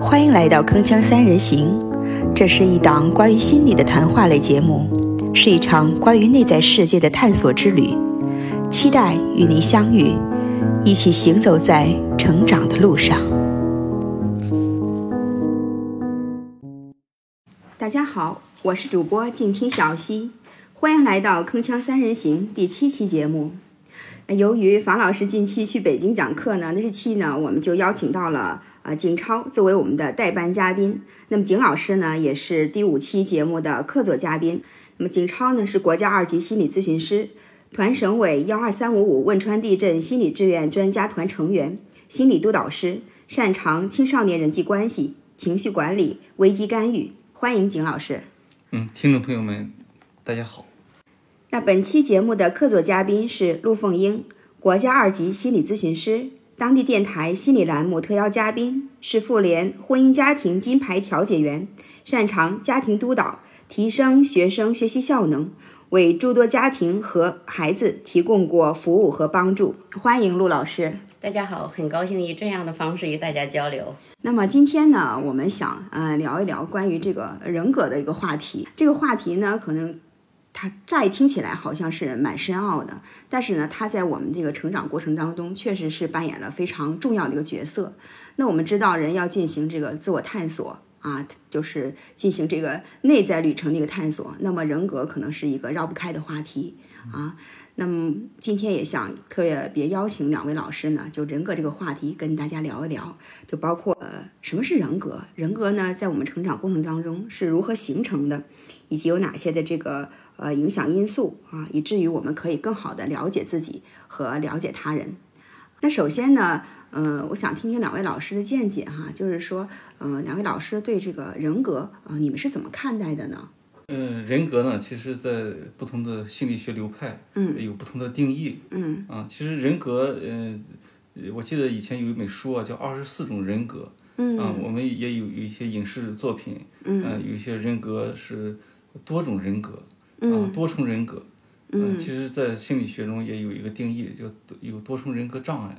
欢迎来到《铿锵三人行》，这是一档关于心理的谈话类节目，是一场关于内在世界的探索之旅。期待与您相遇，一起行走在成长的路上。大家好，我是主播静听小溪，欢迎来到《铿锵三人行》第七期节目。那由于房老师近期去北京讲课呢，那这期呢我们就邀请到了呃景超作为我们的代班嘉宾。那么景老师呢也是第五期节目的客座嘉宾。那么景超呢是国家二级心理咨询师，团省委幺二三五五汶川地震心理志愿专家团成员，心理督导师，擅长青少年人际关系、情绪管理、危机干预。欢迎景老师。嗯，听众朋友们，大家好。那本期节目的客座嘉宾是陆凤英，国家二级心理咨询师，当地电台心理栏目特邀嘉宾，是妇联婚姻家庭金牌调解员，擅长家庭督导，提升学生学习效能，为诸多家庭和孩子提供过服务和帮助。欢迎陆老师。大家好，很高兴以这样的方式与大家交流。那么今天呢，我们想呃聊一聊关于这个人格的一个话题。这个话题呢，可能它乍一听起来好像是蛮深奥的，但是呢，它在我们这个成长过程当中，确实是扮演了非常重要的一个角色。那我们知道，人要进行这个自我探索啊，就是进行这个内在旅程的一个探索。那么人格可能是一个绕不开的话题啊。那么今天也想特别邀请两位老师呢，就人格这个话题跟大家聊一聊，就包括呃什么是人格，人格呢在我们成长过程当中是如何形成的，以及有哪些的这个呃影响因素啊，以至于我们可以更好的了解自己和了解他人。那首先呢，呃，我想听听两位老师的见解哈，就是说，呃，两位老师对这个人格，呃，你们是怎么看待的呢？嗯，人格呢，其实在不同的心理学流派，嗯，有不同的定义，嗯，啊，其实人格，嗯、呃，我记得以前有一本书啊，叫《二十四种人格》，嗯，啊，我们也有有一些影视作品，嗯、有一些人格是多种人格，嗯、啊，多重人格，嗯、其实，在心理学中也有一个定义，就有多重人格障碍，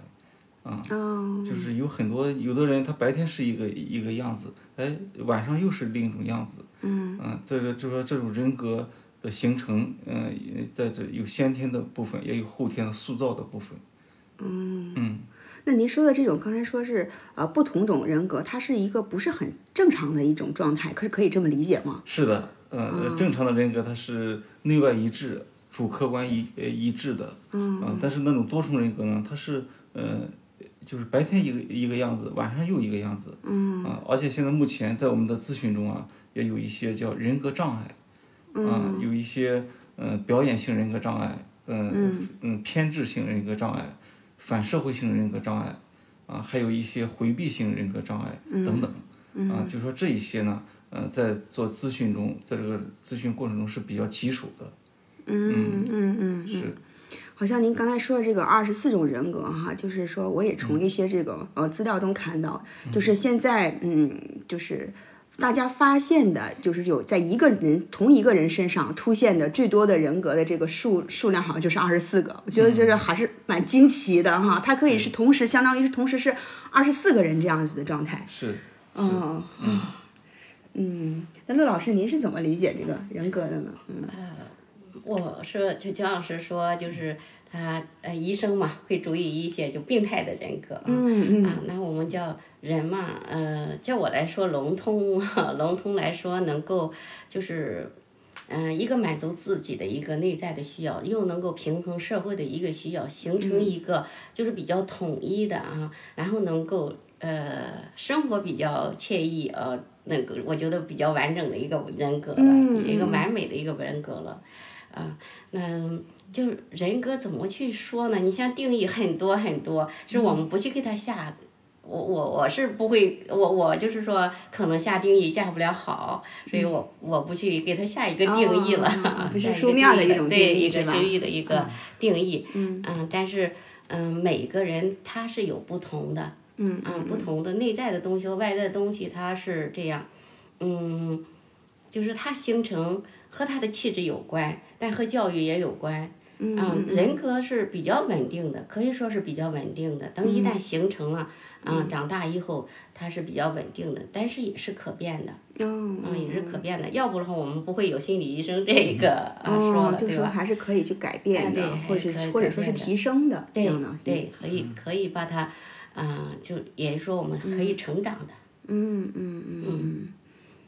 啊，哦，就是有很多有的人他白天是一个一个样子，哎，晚上又是另一种样子。嗯，这个就说这种人格的形成，嗯、也在这有先天的部分，也有后天的塑造的部分。那您说的这种，刚才说是呃不同种人格，它是一个不是很正常的一种状态，可是可以这么理解吗？是的，嗯、呃，正常的人格它是内外一致、主客观一呃一致的。嗯、但是那种多重人格呢，它是呃，就是白天一个一个样子，晚上又一个样子。嗯，啊，而且现在目前在我们的咨询中啊，也有一些叫人格障碍，啊，有一些嗯、呃表演性人格障碍，嗯嗯偏执性人格障碍，反社会性人格障碍，啊，还有一些回避性人格障碍等等，啊，就说这一些呢，呃，在做咨询中，在这个咨询过程中是比较棘手的，嗯嗯嗯，是好像您刚才说的这个二十四种人格哈，就是说我也从一些这个呃资料中看到，就是现在嗯，就是大家发现的，就是有在一个人同一个人身上出现的最多的人格的这个数数量，好像就是二十四个。我觉得就是还是蛮惊奇的哈，它可以是同时，相当于是同时是二十四个人这样子的状态。是，哦，嗯，那陆老师，您是怎么理解这个人格的呢？嗯我说，就姜老师说，就是他呃，医生嘛，会注意一些就病态的人格啊。嗯嗯啊，那我们叫人嘛，呃，叫我来说笼统，啊笼统来说，能够就是，嗯、一个满足自己的一个内在的需要，又能够平衡社会的一个需要，形成一个就是比较统一的啊，然后能够呃，生活比较惬意呃。那个我觉得比较完整的一个人格了，一个完美的一个人格了。啊，那就是人格怎么去说呢？你像定义很多很多，是我们不去给他下，我我我是不会，我我就是说可能下定义下不了好，所以我我不去给他下一个定义了， 哦不是下一个书面的一种定对义一个是吧定义的一个定义，嗯但是嗯，每个人他是有不同的，嗯啊，不同的内在的东西和外在的东西，它是这样，嗯，就是它形成和他的气质有关，但和教育也有关。嗯，人格是比较稳定的，可以说是比较稳定的。等一旦形成了，嗯，长大以后它是比较稳定的，但是也是可变的，嗯嗯，也是可变的。要不的话，我们不会有心理医生这一个啊说哦了，，就对说吧？还是可以去改变的，哎对或者是还是可以或者说是改变的提升的这对样的。对，可以可以把它，嗯，就也就是说我们可以成长的。嗯嗯嗯嗯。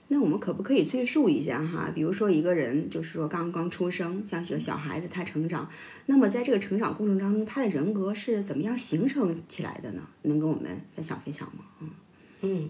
那我们可不可以赘述一下哈？比如说一个人，就是说刚刚出生，像一个小孩子，他成长，那么在这个成长过程当中，他的人格是怎么样形成起来的呢？能跟我们分享分享吗？嗯，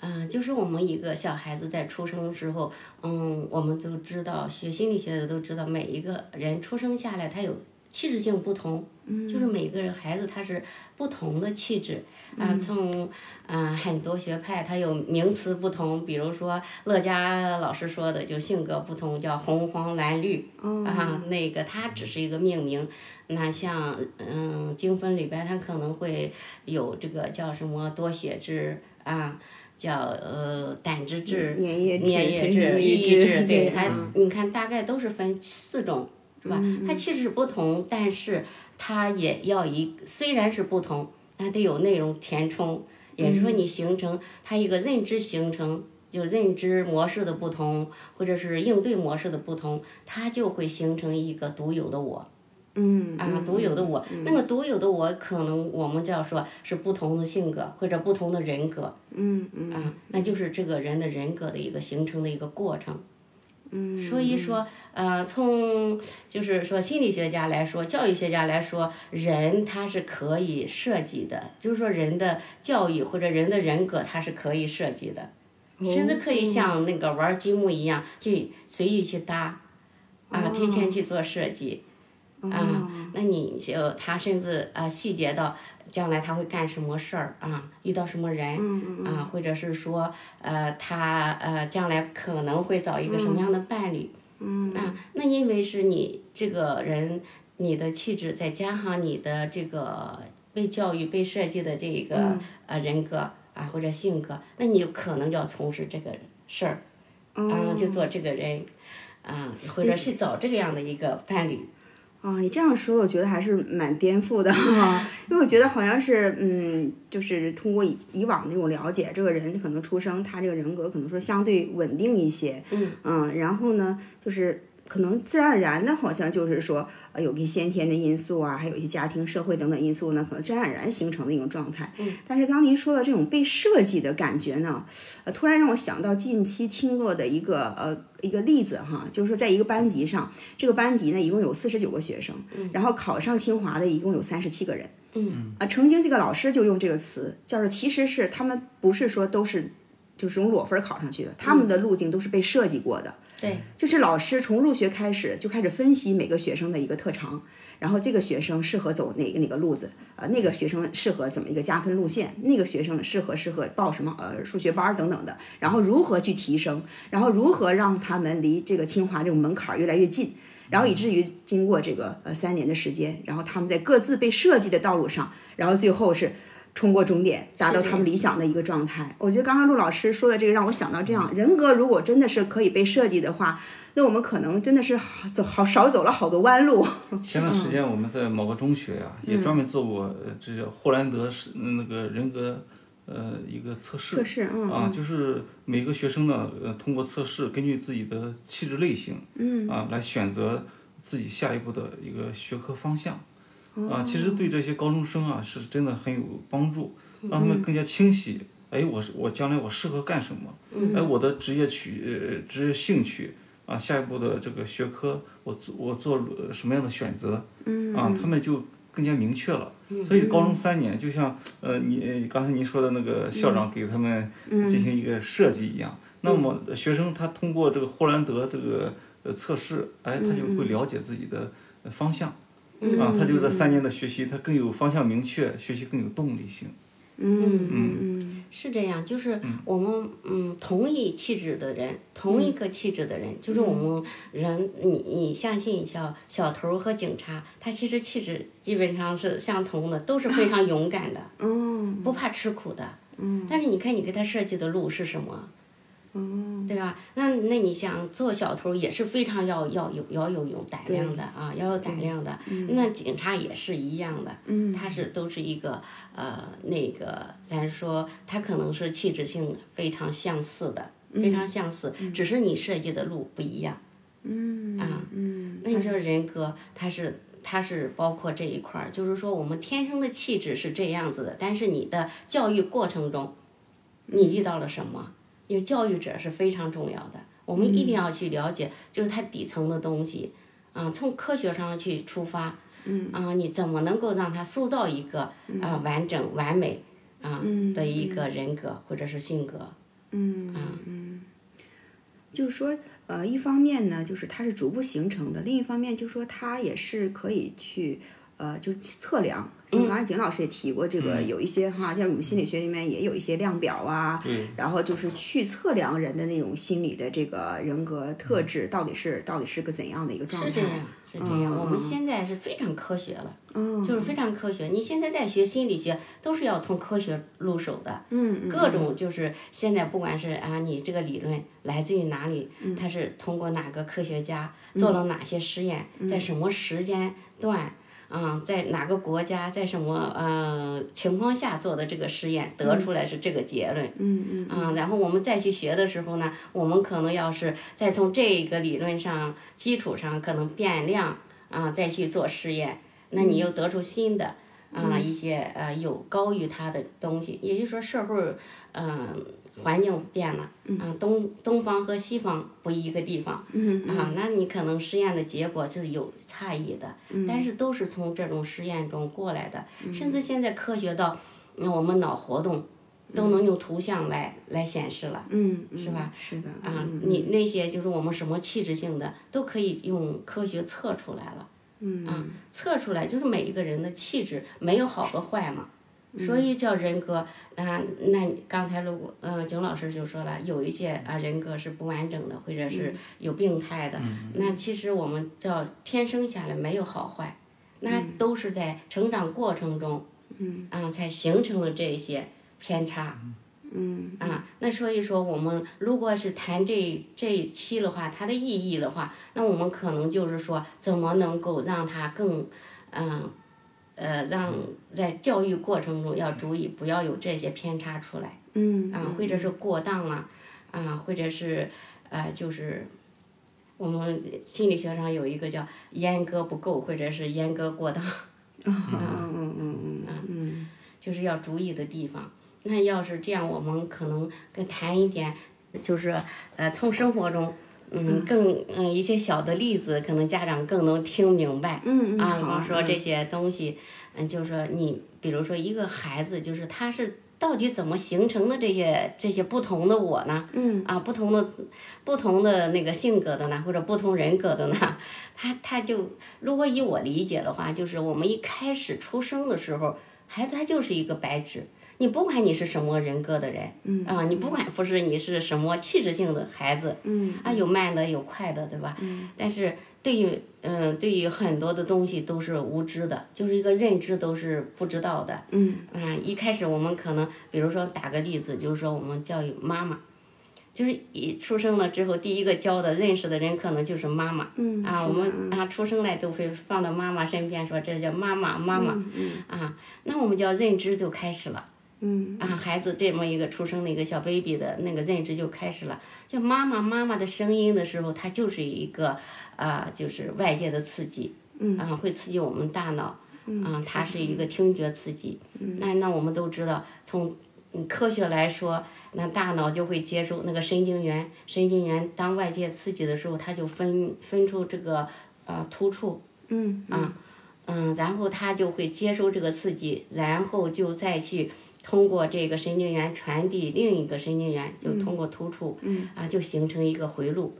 嗯、就是我们一个小孩子在出生之后，嗯，我们都知道，学心理学的都知道，每一个人出生下来，他有气质性不同，嗯，就是每个人孩子他是不同的气质，啊、从啊、很多学派它有名词不同，比如说乐嘉老师说的就性格不同，叫红黄蓝绿，哦啊，那个它只是一个命名。那像嗯，精分里边它可能会有这个叫什么多血质啊，叫呃胆汁质、 粘液质粘液平质、衡抑抑郁制对质，嗯对它，你看大概都是分四种，是吧？它气质不同，但是它也要一虽然是不同，它得有内容填充，也嗯是说你形成它一个认知形成。就认知模式的不同，或者是应对模式的不同，它就会形成一个独有的我。嗯啊，独有的我，那个独有的我，可能我们就要说是不同的性格或者不同的人格，嗯嗯啊，那就是这个人的人格的一个形成的一个过程。嗯，所以说，呃，从就是说心理学家来说，教育学家来说，人他是可以设计的，就是说人的教育或者人的人格，他是可以设计的，哦甚至可以像那个玩积木一样去随意去搭，哦啊，提前去做设计，嗯啊，那你就他甚至啊细节到将来他会干什么事儿啊，遇到什么人，嗯啊，或者是说呃他呃将来可能会找一个什么样的伴侣，嗯啊，那因为是你这个人你的气质，再加上你的这个被教育被设计的这个、呃人格啊或者性格，那你有可能就要从事这个事儿，哦啊，去做这个人。啊，或者去找这样的一个伴侣，啊，你这样说，我觉得还是蛮颠覆的哈、 因为我觉得好像是，嗯，就是通过以以往那种了解，这个人可能出生他这个人格可能说相对稳定一些，嗯然后呢，就是可能自然而然的，好像就是说，呃，有一些先天的因素啊，还有一些家庭、社会等等因素呢，可能自然而然形成的一种状态。嗯，但是刚刚您说的这种被设计的感觉呢，呃，突然让我想到近期听过的一个呃一个例子哈，就是说在一个班级上。这个班级呢，一共有四十九个学生，然后考上清华的一共有三十七个人。嗯啊，曾经这个老师就用这个词，叫做其实是他们不是说都是就是用裸分考上去的，他们的路径都是被设计过的。对，就是老师从入学开始就开始分析每个学生的一个特长，然后这个学生适合走哪个哪个路子，呃，那个学生适合怎么一个加分路线，那个学生适合适合报什么呃数学班儿等等的，然后如何去提升，然后如何让他们离这个清华这种门槛儿越来越近。然后以至于经过这个呃三年的时间，然后他们在各自被设计的道路上，然后最后是冲过终点，达到他们理想的一个状态。我觉得刚刚陆老师说的这个让我想到这样，人格如果真的是可以被设计的话，那我们可能真的是好走好少走了好多弯路。前段时间我们在某个中学呀、嗯也专门做过呃这叫霍兰德是那个人格呃一个测试。测试嗯啊，就是每个学生呢，呃，通过测试根据自己的气质类型，嗯，啊，来选择自己下一步的一个学科方向。哦啊，其实对这些高中生啊，是真的很有帮助，让他们更加清晰。哎，我是我将来我适合干什么？哎，我的职业取呃职业兴趣啊，下一步的这个学科，我做我做呃什么样的选择？啊，他们就更加明确了。所以高中三年，就像呃你呃刚才您说的那个校长给他们进行一个设计一样，那么学生他通过这个霍兰德这个呃测试，哎，他就会了解自己的呃方向。啊，他就在三年的学习，他更有方向明确，学习更有动力性。嗯嗯是这样，就是我们嗯，同一气质的人，同一个气质的嗯人，就是我们人，你你相信小小偷和警察，他其实气质基本上是相同的，都是非常勇敢的，嗯不怕吃苦的。嗯。但是你看你给他设计的路是什么？对吧？那那你想做小偷也是非常要要有要有有胆量的啊，要有胆量的。那警察也是一样的，他是都是一个呃那个，咱说他可能是气质性非常相似的，非常相似，只是你设计的路不一样。嗯啊嗯，那你说人格他是他是包括这一块儿，就是说我们天生的气质是这样子的，但是你的教育过程中，你遇到了什么？有教育者是非常重要的，我们一定要去了解，就是它底层的东西，啊，从科学上去出发，嗯，啊，你怎么能够让他塑造一个啊完整完美啊的一个人格或者是性格？嗯嗯，就是说，呃，一方面呢，就是它是逐步形成的；另一方面，就是说它也是可以去。呃，就是测量，嗯像王爱景老师也提过这个，有一些哈，像我们心理学里面也有一些量表啊，嗯然后就是去测量人的那种心理的这个人格特质到底是到底是个怎样的一个状态。嗯嗯是这样，啊嗯是这样。我们现在是非常科学了，就是非常科学。你现在在学心理学，都是要从科学入手的，嗯，各种就是现在不管是啊，你这个理论来自于哪里，嗯它是通过哪个科学家做了哪些实验，嗯在什么时间段。啊，在哪个国家，在什么呃情况下做的这个实验，得出来是这个结论。嗯嗯。啊，然后我们再去学的时候呢，我们可能要是再从这个理论上基础上，可能变量啊再去做实验，那嗯你又得出新的啊一些呃有高于它的东西，也就是说社会嗯、呃环境变了，啊东东方和西方不一个地方，啊，那你可能实验的结果是有差异的，但是都是从这种实验中过来的，甚至现在科学到，嗯我们脑活动都能用图像来来显示了，嗯，嗯是吧？是的，啊嗯，你那些就是我们什么气质性的都可以用科学测出来了，嗯啊，测出来就是每一个人的气质没有好和坏嘛，嗯所以叫人格啊。那你刚才如果嗯，景老师就说了，有一些啊人格是不完整的，或者嗯是有病态的，那其实我们叫天生下来没有好坏，嗯那都是在成长过程中，嗯，啊才形成了这些偏差。嗯啊，那所以说我们如果是谈这这一期的话，它的意义的话，那我们可能就是说，怎么能够让它更，嗯，呃，让在教育过程中要注意，不要有这些偏差出来嗯啊，或者是过当啊，啊，或者是呃，就是我们心理学上有一个叫阉割不够，或者是阉割过当。嗯嗯嗯嗯嗯就是要注意的地方。那要是这样，我们可能更谈一点，就是呃，从生活中，嗯，更嗯一些小的例子，可能家长更能听明白。嗯嗯啊，好我们说嗯这些东西，嗯，就是说你，比如说一个孩子，就是他是到底怎么形成的这些这些不同的我呢？嗯，啊，不同的不同的那个性格的呢，或者不同人格的呢， 他他就如果以我理解的话，就是我们一开始出生的时候，孩子他就是一个白纸。你不管你是什么人格的人，嗯啊，你不管不是你是什么气质性的孩子，嗯啊，有慢的有快的，对吧？嗯，但是对于嗯、对于很多的东西都是无知的，就是一个认知都是不知道的。嗯一开始我们可能，比如说打个例子，就是说我们教育妈妈，就是一出生了之后，第一个教的认识的人可能就是妈妈。嗯啊，我们啊出生来都会放到妈妈身边说，这叫妈妈妈妈。啊，那我们叫认知就开始了。嗯啊，孩子这么一个出生的一个小 baby 的那个认知就开始了。就妈妈妈妈的声音的时候，它就是一个啊、就是外界的刺激，嗯，啊，会刺激我们大脑，嗯啊，它是一个听觉刺激。那那我们都知道，从嗯科学来说，那大脑就会接受那个神经元，神经元当外界刺激的时候，它就分分出这个呃突触，嗯啊，嗯，然后他就会接收这个刺激，然后就再去通过这个神经元传递另一个神经元，就通过突触，嗯，啊，就形成一个回路。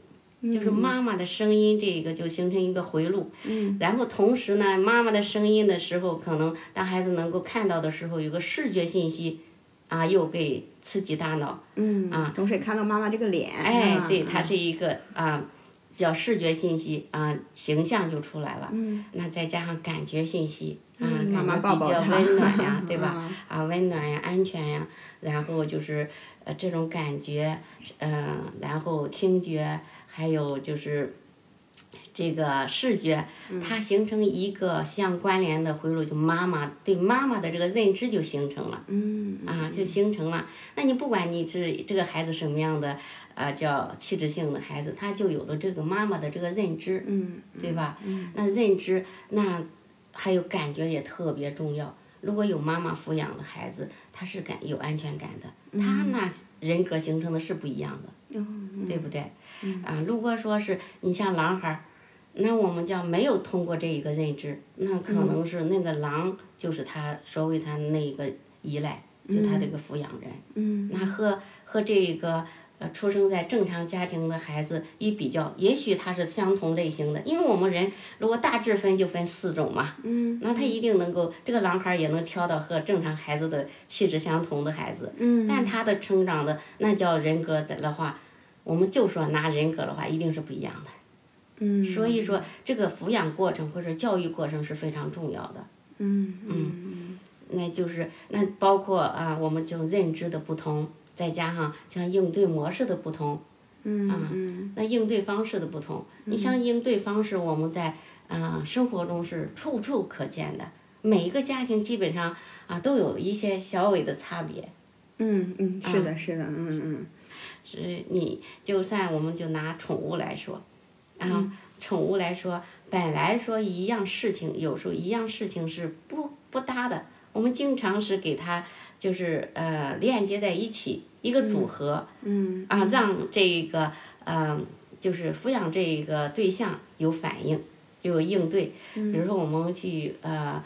就是妈妈的声音，这个就形成一个回路。嗯，然后同时呢，妈妈的声音的时候，可能当孩子能够看到的时候，有个视觉信息，啊，又被刺激大脑，嗯啊，同时也看到妈妈这个脸，哎，对，它他是一个啊，叫视觉信息啊，形象就出来了。嗯，那再加上感觉信息啊，妈妈感抱觉比抱较他温 暖呀，对吧？嗯啊，温暖呀，安全呀，然后就是呃这种感觉，嗯、然后听觉，还有就是这个视觉，嗯它形成一个相关联的回路，就妈妈对妈妈的这个认知就形成了，嗯啊，就形成了。那你不管你这这个孩子什么样的，啊，叫气质性的孩子，他就有了这个妈妈的这个认知，嗯对吧？那认知，那还有感觉也特别重要。如果有妈妈抚养的孩子，他是感有安全感的，他那人格形成的是不一样的，嗯对不对？啊，如果说是你像狼孩儿，那我们叫没有通过这一个认知，那可嗯能是那个狼就是他所谓他那一个依赖，就他这个抚养人。嗯那和和这个呃出生在正常家庭的孩子一比较，也许他是相同类型的，因为我们人如果大致分就分四种嘛，嗯，那他一定能够这个狼孩儿也能挑到和正常孩子的气质相同的孩子，嗯，但他的成长的那叫人格的话，我们就说拿人格的话，一定是不一样的。嗯所以说，这个抚养过程或者教育过程是非常重要的。嗯嗯那就是那包括啊，我们就认知的不同，再加上像应对模式的不同，嗯嗯那应对方式的不同。你像应对方式，我们在啊、呃生活中是处处可见的，每一个家庭基本上啊都有一些小微的差别。嗯嗯，是啊的，是的，嗯是你就算我们就拿宠物来说，啊，宠物来说，本来说一样事情，有时候一样事情是不不搭的，我们经常是给它就是呃链接在一起一个组合，嗯啊，让这个呃就是抚养这个对象有反应，有应对，比如说我们去呃。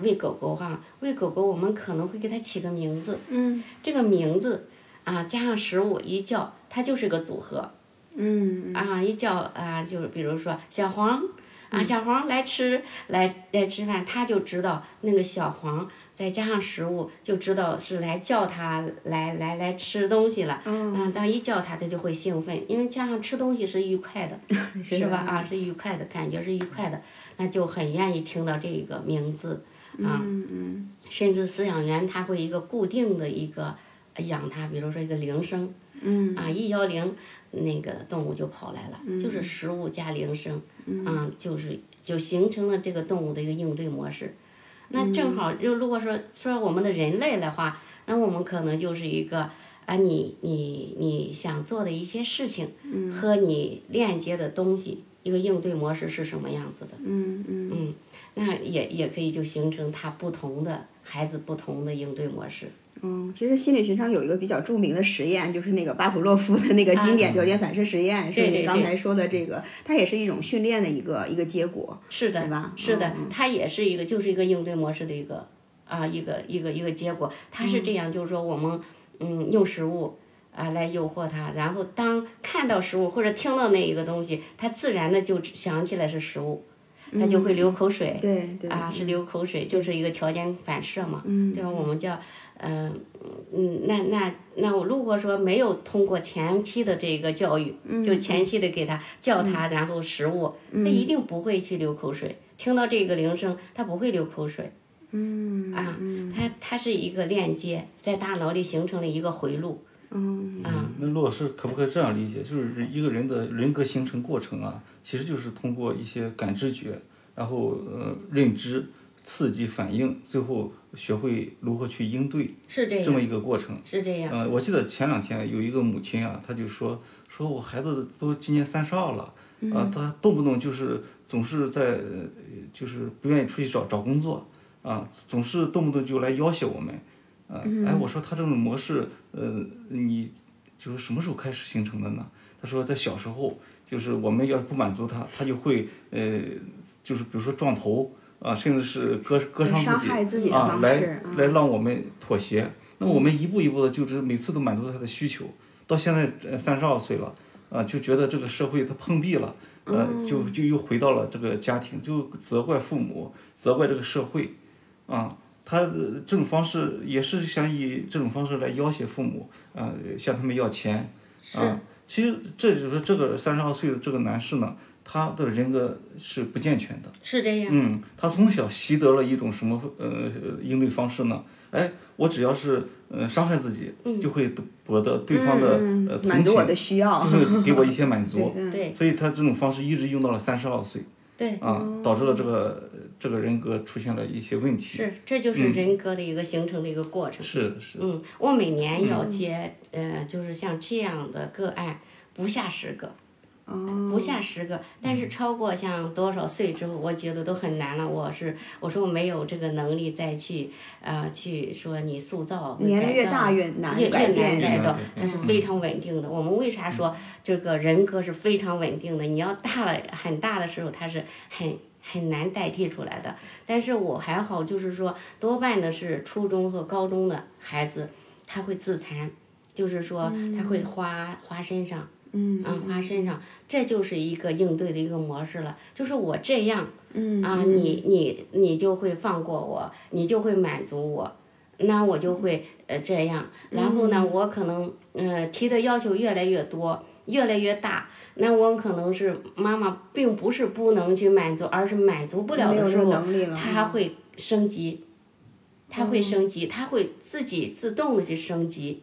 喂狗狗哈、喂狗狗，我们可能会给它起个名字，嗯 这个名字啊，加上食物一叫，它就是个组合嗯啊，一叫啊，就是比如说小黄啊，小黄来吃来来吃饭，它就知道那个小黄再加上食物，就知道是来叫它来来来吃东西了。嗯，它一叫它，它就会兴奋，因为加上吃东西是愉快的， 嗯，是吧？？啊，是愉快的感觉是愉快的，那就很愿意听到这个名字。啊嗯嗯甚至饲养员他会一个固定的一个呃养它，比如说一个铃声，嗯，啊一摇铃，那个动物就跑来了，就是食物加铃声，嗯、啊就是就形成了这个动物的一个应对模式。嗯那正好就如果说说我们的人类的话，那我们可能就是一个啊你你你想做的一些事情，和你链接的东西一个应对模式是什么样子的。嗯嗯嗯，那也也可以就形成他不同的孩子不同的应对模式。嗯，其实心理学上有一个比较著名的实验，就是那个巴甫洛夫的那个经典条件反射实验，是啊对你对刚对才说的这个，它也是一种训练的一个一个结果，是的，对吧啊是的嗯，它也是一个就是一个应对模式的一个啊一个一个一个结果。它是这样，就是说我们嗯用食物。啊，来诱惑他，然后当看到食物或者听到那一个东西，他自然的就想起来是食物，他就会流口水，嗯对对啊，是流口水，就是一个条件反射嘛，嗯对吧？我们叫，嗯、嗯，那那那我如果说没有通过前期的这个教育，就前期的给他教他，然后食物，他一定不会去流口水。听到这个铃声，他不会流口水。嗯啊，它它是一个链接，在大脑里形成了一个回路。嗯啊，那陆老师可不可以这样理解，就是一个人的人格形成过程啊，其实就是通过一些感知觉，然后呃认知、刺激、反应，最后学会如何去应对是这这样，么一个过程。是这样。呃，我记得前两天有一个母亲啊，她就说说我孩子都今年三十二了，嗯啊，他动不动就是总是在呃就是不愿意出去找找工作，啊，总是动不动就来要挟我们，啊，嗯哎，我说他这种模式，呃，你就是什么时候开始形成的呢？他说在小时候，就是我们要不满足他，他就会呃，就是比如说撞头啊，甚至是割割伤伤自己，害自己的啊方，式来啊来让我们妥协。那么我们一步一步的，就是每次都满足他的需求。到现在呃三十二岁了，啊，就觉得这个社会它碰壁了，呃，就嗯就又回到了这个家庭，就责怪父母，责怪这个社会，啊，他呃这种方式也是想以这种方式来要挟父母，啊，向他们要钱，啊，其实这就是这个三十二岁的这个男士呢，他的人格是不健全的。是这样，嗯，他从小习得了一种什么呃应对方式呢？哎，我只要是呃伤害自己，嗯就会得博得对方的、呃同嗯满足情，我的需要。就会给我一些 满足。对所以他这种方式一直用到了三十二岁。对，啊，导致了这个呃这个人格出现了一些问题。嗯是，这就是人格的一个形成的一个过程。是是，嗯，我每年要接，呃，就是像这样的个案不下十个，哦不下十个。但嗯是超过像多少岁之后，我觉得都很难了。我是我说我没有这个能力再去呃去说你塑造年龄哦改越造大越难越改变嗯越难改是吧造对，它是非常稳定的。我们为啥说这个人格是非常稳定的？你要大了很大的时候，它是很很难代替出来的。但是我还好，就是说多半的是初中和高中的孩子，他会自残，就是说他嗯会花、花身上，嗯啊花身上，这就是一个应对的一个模式了。就是我这样，嗯啊你你你就会放过我，你就会满足我。那我就会呃这样，然后呢，我可能呃提的要求越来越多，越来越大，那我可能是妈妈并不是不能去满足，而是满足不了没有的时这候，能力了，它会升级，它会升嗯级，它会自己自动的去升级。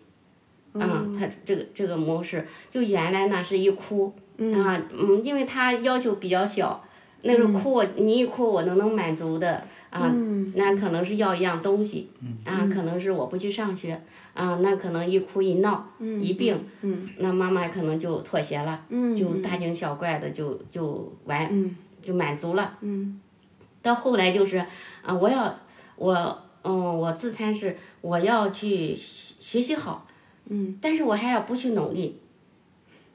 嗯啊，它这个这个模式，就原来呢是一哭，啊，嗯，因为它要求比较小，那嗯时候哭我、你一哭我能能满足的啊，那可能是要一样东西，啊，可能是我不去上学，啊，那可能一哭一闹、嗯一病，嗯那妈妈可能就妥协了，就大惊小怪的就就完，就满足了，到后来就是啊，我要我嗯，我自残是我要去学学习好，嗯，但是我还要不去努力，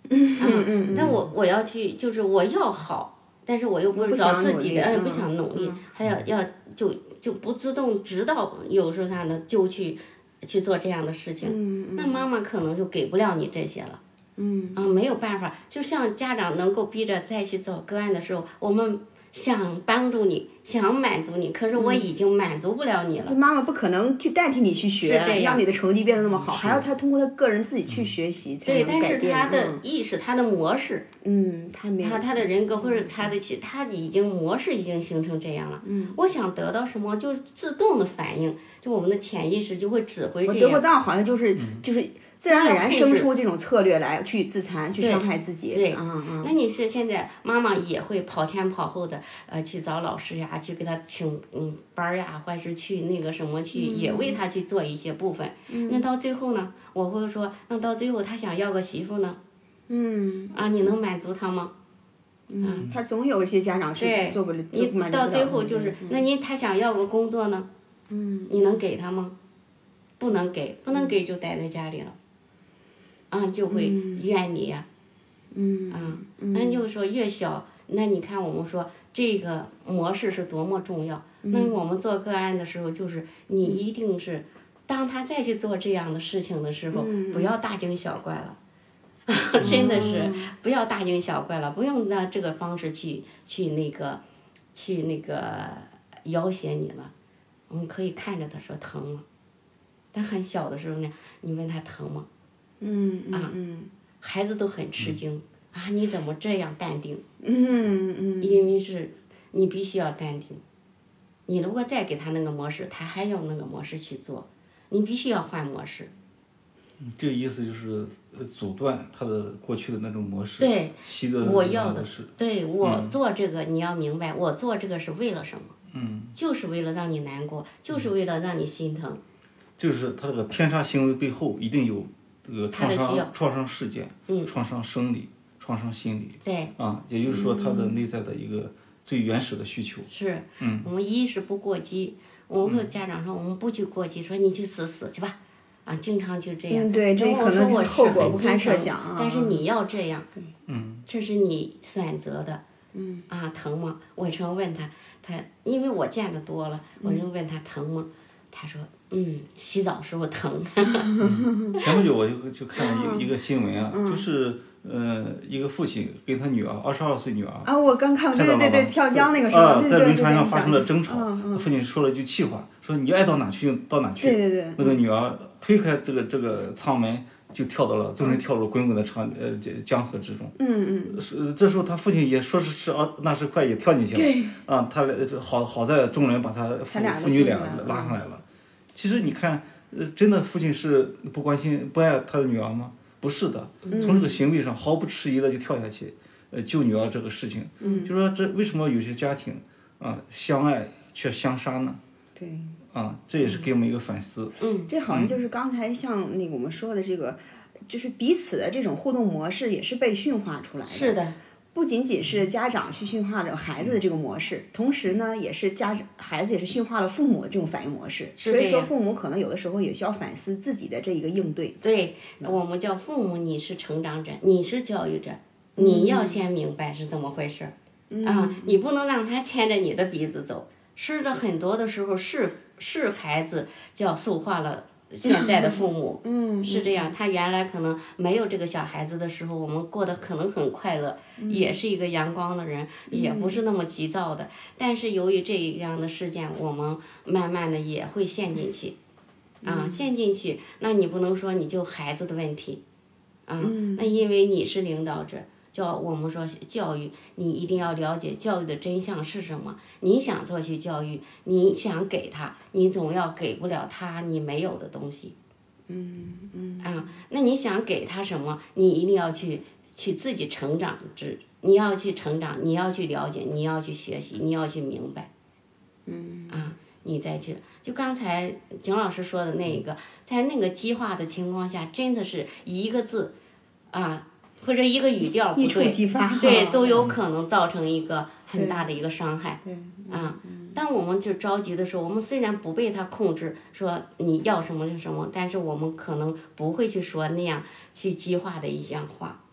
嗯嗯，但我我要去就是我要好，但是我又不不知道想自努己力的，嗯，嗯不想努力，还要要就就不自动，直到有时候啥呢就去去做这样的事情，嗯那妈妈可能就给不了你这些了。嗯啊，没有办法，就像家长能够逼着再去找个案的时候，我们想帮助你，想满足你，可是嗯我已经满足不了你了。就妈妈不可能去代替你去学，是这样让你的成绩变得那么好，还要他通过他个人自己去学习才对，能但改是变。他的意识、他的模式、嗯，嗯他没有他他的人格或者他的其他已经模式已经形成这样了。嗯，我想得到什么，就自动的反应，就我们的潜意识就会指挥这我得样嗯不。到，好像就是、就是自然而然都要控生制出这种策略来去自残，去伤害自己。对嗯嗯，那你是现在妈妈也会跑前跑后的，呃，去找老师呀，去给他请嗯班儿呀，或者是去那个什么去，也为他去做一些部分。那到最后呢，我会说，那到最后他想要个媳妇呢？嗯。啊，你能满足他吗？嗯，他总有一些家长是对做不了，你做不满足不到了嗯最后的就是，那你他想要个工作呢？嗯。你能给他吗？不能给，不能给就待在家里了。啊，就会怨你呀、嗯啊，那就是说越小，那你看我们说这个模式是多么重要。那我们做个案的时候，就是你一定是，当他再去做这样的事情的时候，不要大惊小怪了。 真的是不要大惊小怪了，不用拿这个方式去去那个，去那个要挟你了。我们可以看着他说疼吗？但很小的时候呢，你问他疼吗？嗯啊嗯嗯孩子都很吃惊、啊！你怎么这样淡定？嗯嗯因为是你必须要淡定。你如果再给他那个模式，他还用那个模式去做，你必须要换模式。这个意思就是呃阻断他的过去的那种模式，对，习得我那种要模的式，对我做这个，你要明白，我做这个是为了什么？嗯，就是为了让你难过，就是为了让你心疼。就是他这个偏差行为背后一定有这个他创的需伤、创伤事件、嗯创伤生理、创伤心理，对，啊，也就是说他的内在的一个最原始的需求，嗯是，我们一是不过激，我们和家长说我们不去过激，说你去死死去吧，啊，经常就这样。嗯对这然后可我能说我就是后果很不心堪设疼想啊但是你要这样，嗯，这是你选择的，嗯，啊，疼吗？我常问他，他因为我见的多了，我就问他疼吗？他说，嗯，洗澡时候疼。 前不久我就就看了一个一个新闻啊，嗯就是呃一个父亲跟他女儿二十二岁女儿啊，我刚看过，对对对对，看到了吗跳江那个时候，啊，对在对对轮对船上对，发生了争吵嗯，父亲说了一句气话，说你爱到哪去到哪去。对对对那个女儿推开这个这个舱门，就跳到了，纵身跳入滚滚的长呃江江河之中。嗯是这时候他父亲也说是是啊，那是快也跳进去了。啊，他俩这好好在众人把他父他俩都父女俩救出来了拉上来了。其实你看，呃，真的父亲是不关心不爱他的女儿吗？不是的，嗯从这个行为上毫不迟疑的就跳下去，呃，救女儿这个事情。嗯，就说这为什么有些家庭啊相爱却相杀呢？对，啊，这也是给我们一个反思。嗯这好像就是刚才像那个我们说的这个，就是彼此的这种互动模式也是被驯化出来的。是的，不仅仅是家长去驯化了孩子的这个模式，同时呢，也是家长孩子也是驯化了父母的这种反应模式。是所以这说，样父母可能有的时候也需要反思自己的这一个应对。对我们叫父母，你是成长者，你是教育者，你要先明白是怎么回事儿、啊，你不能让他牵着你的鼻子走。是的，很多的时候是是孩子叫塑化了。现在的父母，嗯，是这样。他原来可能没有这个小孩子的时候，我们过得可能很快乐，也是一个阳光的人，也不是那么急躁的。但是由于这样的事件，我们慢慢的也会陷进去，啊，陷进去，那你不能说你就孩子的问题，啊，那因为你是领导者，叫我们说教育，你一定要了解教育的真相是什么。你想做些教育，你想给他，你总要给不了他你没有的东西。嗯嗯啊，那你想给他什么，你一定要去去自己成长之，你要去成长，你要去了解，你要去学习，你要去明白。嗯啊，你再去，就刚才景老师说的那一个，在那个激化的情况下，真的是一个字啊，或者一个语调不一触对，即发，对，都有可能造成一个很大的一个伤害。啊，当我们就着急的时候，我们虽然不被他控制，说你要什么就什么，但是我们可能不会去说那样去激化的一项话。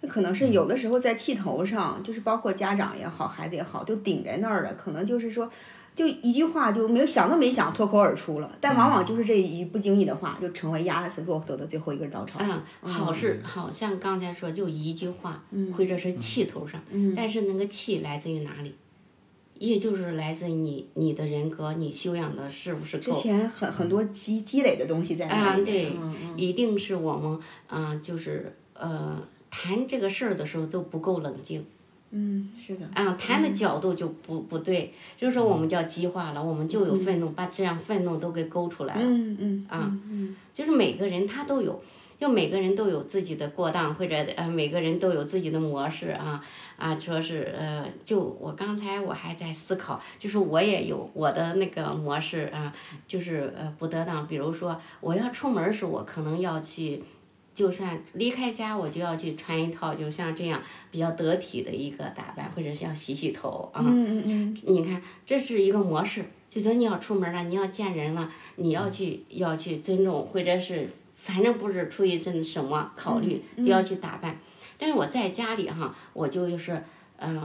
那可能是嗯有的时候在气头上，就是包括家长也好，孩子也好，就顶在那儿了。可能就是说，就一句话就没有想都没想，脱口而出了。但往往就是这一不经意的话，就成为压死骆驼的最后一根稻草。啊，好是好像刚才说就一句话，嗯或者是气头上，但是那个气来自于哪里？也就是来自于你你的人格，你修养的是不是之够？前很很多积积累的东西在那啊，里。对，嗯一定是我们啊、就是呃谈这个事儿的时候都不够冷静嗯，是的。啊，谈的角度就不不对，就是说我们叫激化了，我们就有愤怒，把这样愤怒都给勾出来了。嗯嗯啊，就是每个人他都有，就每个人都有自己的过当，或者呃每个人都有自己的模式啊啊，说是呃，就我刚才我还在思考，就是我也有我的那个模式啊，就是呃不得当，比如说我要出门儿时，我可能要去。就算离开家，我就要去穿一套，就像这样比较得体的一个打扮，或者是要洗洗头啊。嗯嗯嗯，你看，这是一个模式，就说你要出门了，你要见人了，你要去要去尊重，或者是反正不是出于什什么考虑，都要去打扮。但是我在家里哈，我就就是嗯、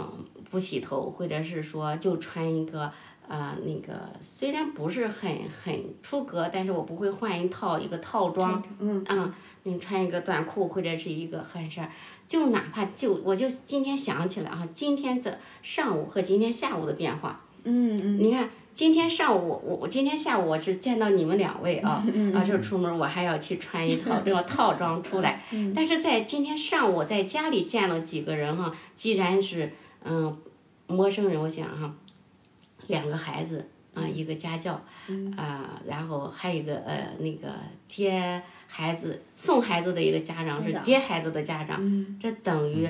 不洗头，或者是说就穿一个。啊、那个虽然不是很很出格，但是我不会换一套一个套装，嗯啊，你穿一个短裤或者是一个汗衫，就哪怕就我就今天想起来啊，今天这上午和今天下午的变化。嗯嗯，你看今天上午我我今天下午我是见到你们两位嗯啊，啊这出门我还要去穿一套 这种套装出来，但是在今天上午我在家里见了几个人哈、既然是嗯陌生人，我想哈、两个孩子啊、一个家教啊、然后还有一个呃那个接孩子送孩子的一个家长嗯是接孩子的家长，这等于。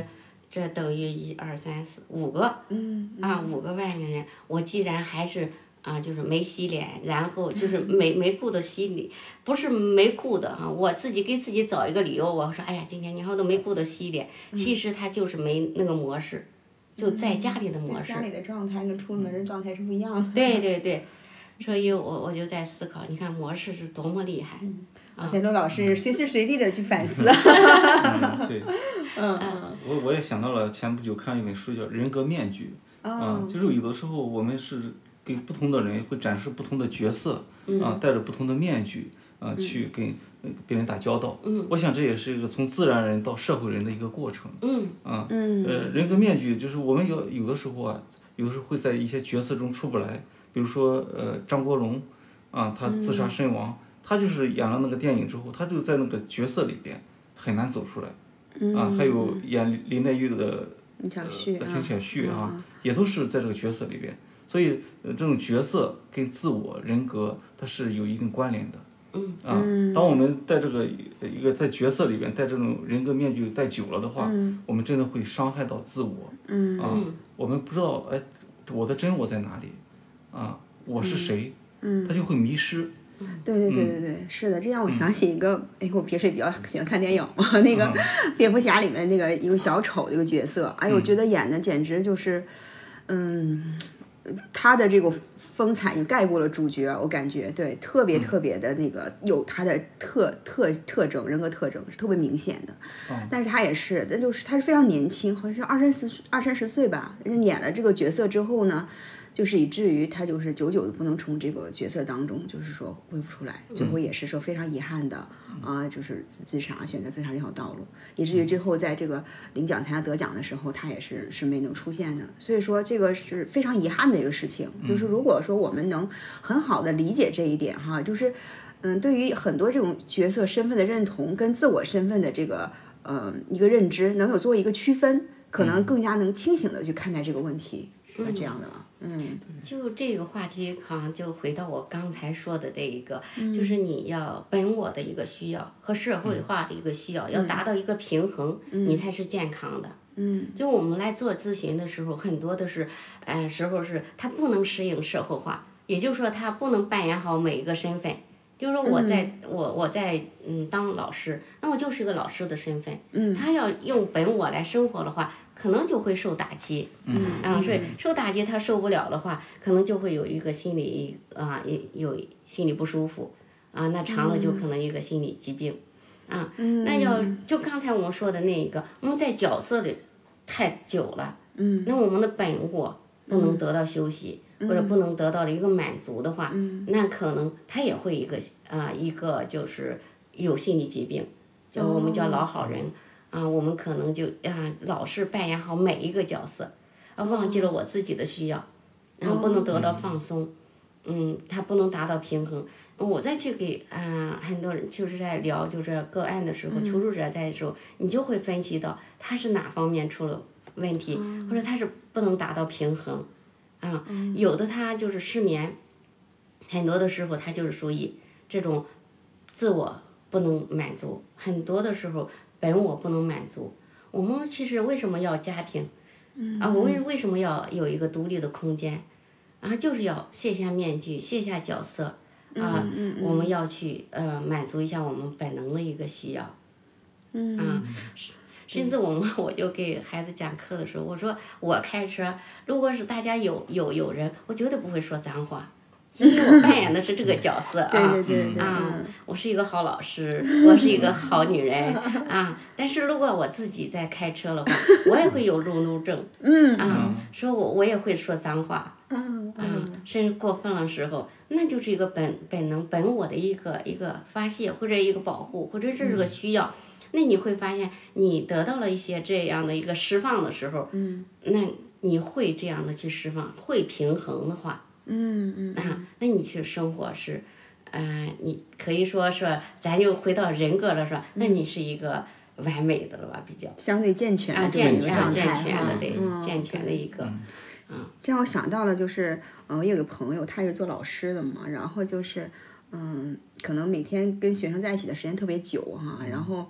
这等于一二三四五个，嗯啊，五个外面人，我既然还是啊，就是没洗脸，然后就是没没顾得洗脸，不是没顾的啊，我自己给自己找一个理由，我说哎呀，今天你看我都没顾得洗脸，其实他就是没那个模式，就在家里的模式嗯家，里的状态跟出门的状态是不一样的。对对对，所以我我就在思考，你看模式是多么厉害，钱多老嗯师随时随地的去反 思。嗯对，嗯我我也想到了前不久看了一本书叫《人格面具》，啊，就是有的时候我们是给不同的人会展示不同的角色，啊，戴着不同的面具，啊，去跟呃别人打交道。我想这也是一个从自然人到社会人的一个过程。嗯啊，呃，人格面具就是我们有有的时候啊，有的时候会在一些角色中出不来，比如说呃张国荣，啊，他自杀身亡，他就是演了那个电影之后，他就在那个角色里边很难走出来。啊，还有演林黛玉的嗯小旭呃，啊陈小旭啊，也都是在这个角色里边，所以呃这种角色跟自我人格它是有一定关联的。嗯啊，当我们在这个呃一个在角色里边戴这种人格面具戴久了的话，嗯我们真的会伤害到自我。嗯啊，我们不知道哎，我的真我在哪里？啊，我是谁？嗯，他就会迷失。对对对对对，是的，这让我想起一个，哎，我平时也比较喜欢看电影嘛，那个蝙蝠侠里面那个一个小丑的一个角色，哎呦，我觉得演的简直就是，嗯，他的这个风采也盖过了主角，我感觉对，特别特别的那个有他的特特特征，人格特征是特别明显的，但是他也是，那就是他是非常年轻，好像是二三十二三十岁吧，人家演了这个角色之后呢，就是以至于他就是久久的不能从这个角色当中，就是说恢复出来，最后也是说非常遗憾的啊、就是自自杀，选择自杀这条道路，以至于最后在这个领奖台上得奖的时候，他也是是没能出现的。所以说这个是非常遗憾的一个事情，就是如果说我们能很好的理解这一点哈，就是。嗯，对于很多这种角色身份的认同跟自我身份的这个呃一个认知，能有做一个区分，可能更加能清醒的去看待这个问题，是吧这样的吧？嗯就这个话题，好像就回到我刚才说的这一个，就是你要本我的一个需要和社会化的一个需要，要达到一个平衡，你才是健康的。嗯，就我们来做咨询的时候，很多的是，呃，时候是他不能适应社会化，也就是说他不能扮演好每一个身份。就是说我在、我我在嗯当老师，那我就是一个老师的身份。嗯，他要用本我来生活的话，可能就会受打击。嗯，啊，所以受打击他受不了的话，可能就会有一个心理啊，有有心理不舒服啊，那长了就可能一个心理疾病。啊，那要就刚才我们说的那一个，我们在角色里太久了，嗯，那我们的本我不能得到休息，或者不能得到了一个满足的话，那可能他也会一个啊、一个就是有心理疾病，就我们叫老好人啊、我们可能就啊、老是扮演好每一个角色，啊忘记了我自己的需要，然后不能得到放松，嗯，他不能达到平衡。我再去给啊、很多人就是在聊就是个案的时候，求助者在的时候，你就会分析到他是哪方面出了问题，或者他是不能达到平衡，啊，有的他就是失眠，很多的时候他就是属于这种自我不能满足，很多的时候本我不能满足。我们其实为什么要家庭？啊，我为为什么要有一个独立的空间？啊，就是要卸下面具，卸下角色，啊，嗯我们要去呃满足一下我们本能的一个需要，嗯啊，甚至我们我就给孩子讲课的时候，我说我开车，如果是大家有有有人，我绝对不会说脏话，因为我扮演的是这个角色 啊，对对对对，啊嗯，我是一个好老师， 我是一个好女 人啊。但是如果我自己在开车 的话，我也会有路怒症，嗯啊，说我我也会说脏话，嗯啊，甚至过分了时候，那就是一个本本能本我的一个一个发泄或者一个保护或者这是个需要。那你会发现，你得到了一些这样的一个释放的时候，嗯，那你会这样的去释放，会平衡的话，嗯嗯啊，那你去生活是嗯，你可以说说，咱又回到人格了，说，那你是一个完美的了吧？比较相对健全啊，的这么一健个全状态健哈，全的，对，嗯健全的一个，这让我想到了，就是嗯，呃我有个朋友，他是做老师的嘛，然后就是嗯，可能每天跟学生在一起的时间特别久哈、然后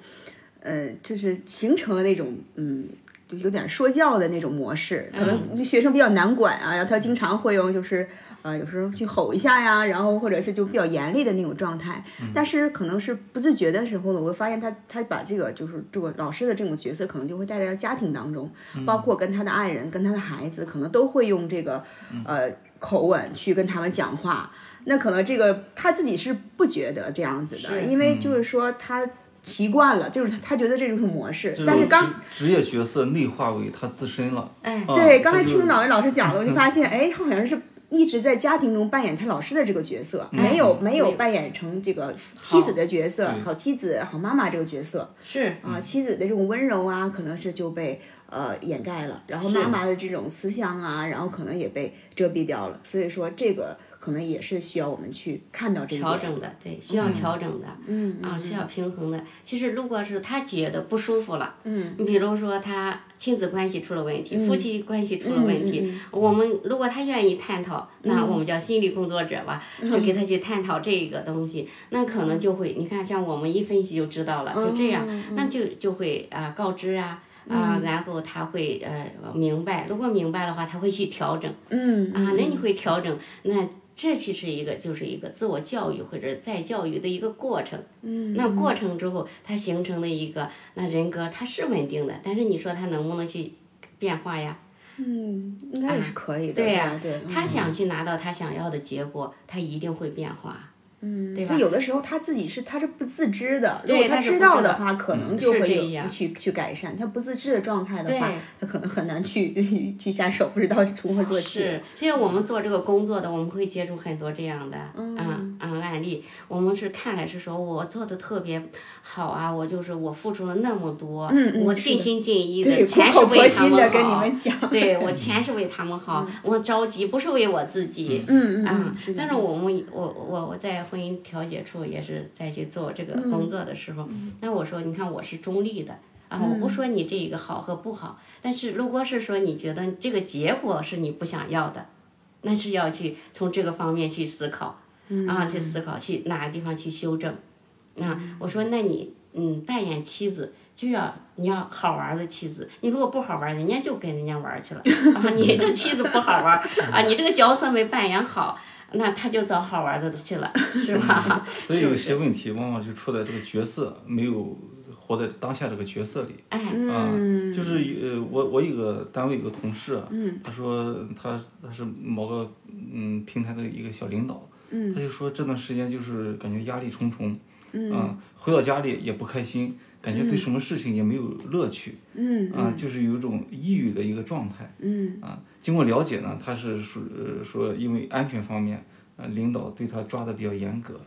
呃，就是形成了那种嗯。就有点说教的那种模式，可能就学生比较难管啊，然后他经常会用就是呃，有时候去吼一下呀，然后或者是就比较严厉的那种状态。但是可能是不自觉的时候呢，我会发现他他把这个就是这个老师的这种角色，可能就会带到家庭当中，包括跟他的爱人、跟他的孩子，可能都会用这个呃口吻去跟他们讲话。那可能这个他自己是不觉得这样子的，是因为就是嗯说他习惯了，就是他他觉得这就是模式这。但是种刚职职业角色内化为他自身了。哎啊对，他刚才就听两位老师讲了，我嗯就发现，哎，他好像是一直在家庭中扮演他老师的这个角色，没有嗯没有扮演成这个妻子的角色，好妻子、好妈妈这个角色是啊，妻子的这种温柔啊，可能是就被呃掩盖了，然后妈妈的这种慈祥啊，然后可能也被遮蔽掉了，所以说这个可能也是需要我们去看到这一点调整的，对，需要调整的，嗯，啊，需要平衡的。其实如果是他觉得不舒服了，嗯，你比如说他亲子关系出了问题，夫妻关系出了问题，我们如果他愿意探讨，那我们叫心理工作者吧，就给他去探讨这个东西，那可能就会，你看像我们一分析就知道了，就这样，那就就会啊、告知啊。啊、然后他会呃明白，如果明白的话，他会去调整。嗯啊，那你会调整，那这其实一个就是一个自我教育或者再教育的一个过程。嗯，那过程之后，它形成了一个那人格，它是稳定的，但是你说他能不能去变化呀？嗯，应该也是可以的。对呀、对，嗯他想去拿到他想要的结果，他一定会变化。嗯，对吧就？有的时候他自己是他是不自知的，如对果他他是知不道知的道话，可能嗯就是会这有样去去改善。他不自知的状态的话对，他可能很难去 去下手，不知道从何做起。是，所以我们做这个工作的，我们会接触很多这样的嗯嗯案例。我们是看来是说我做的特别好啊，我就是我付出了那么多，嗯嗯我是尽的心尽力对，苦全是口为婆他心们的好。跟你们讲。嗯对我全是为他们好，我着急不是为我自己。嗯嗯啊嗯，是，的但是我们我我我在婚姻调解处也是在去做这个工作的时候，嗯那我说你看我是中立的啊，我不说你这个好和不好，但是如果是说你觉得这个结果是你不想要的，那是要去从这个方面去思考，嗯啊，去思考去哪个地方去修正。那、我说那你嗯扮演妻子。就要你要好玩的妻子，你如果不好玩，人家就跟人家玩去了啊！ 你这妻子不好玩啊，你这个角色没扮演好，那他就找好玩的去了，是吧？ 所以有些问题往往就出在这个角色没有活在当下这个角色里。哎，啊，就是呃，我我有个单位有个同事啊，他说他他是某个嗯平台的一个小领导，他就说这段时间就是感觉压力重重，啊，回到家里也不开心，感觉对什么事情也没有乐趣，啊，就是有一种抑郁的一个状态，啊，经过了解呢，他是说呃说因为安全方面，呃，领导对他抓的比较严格。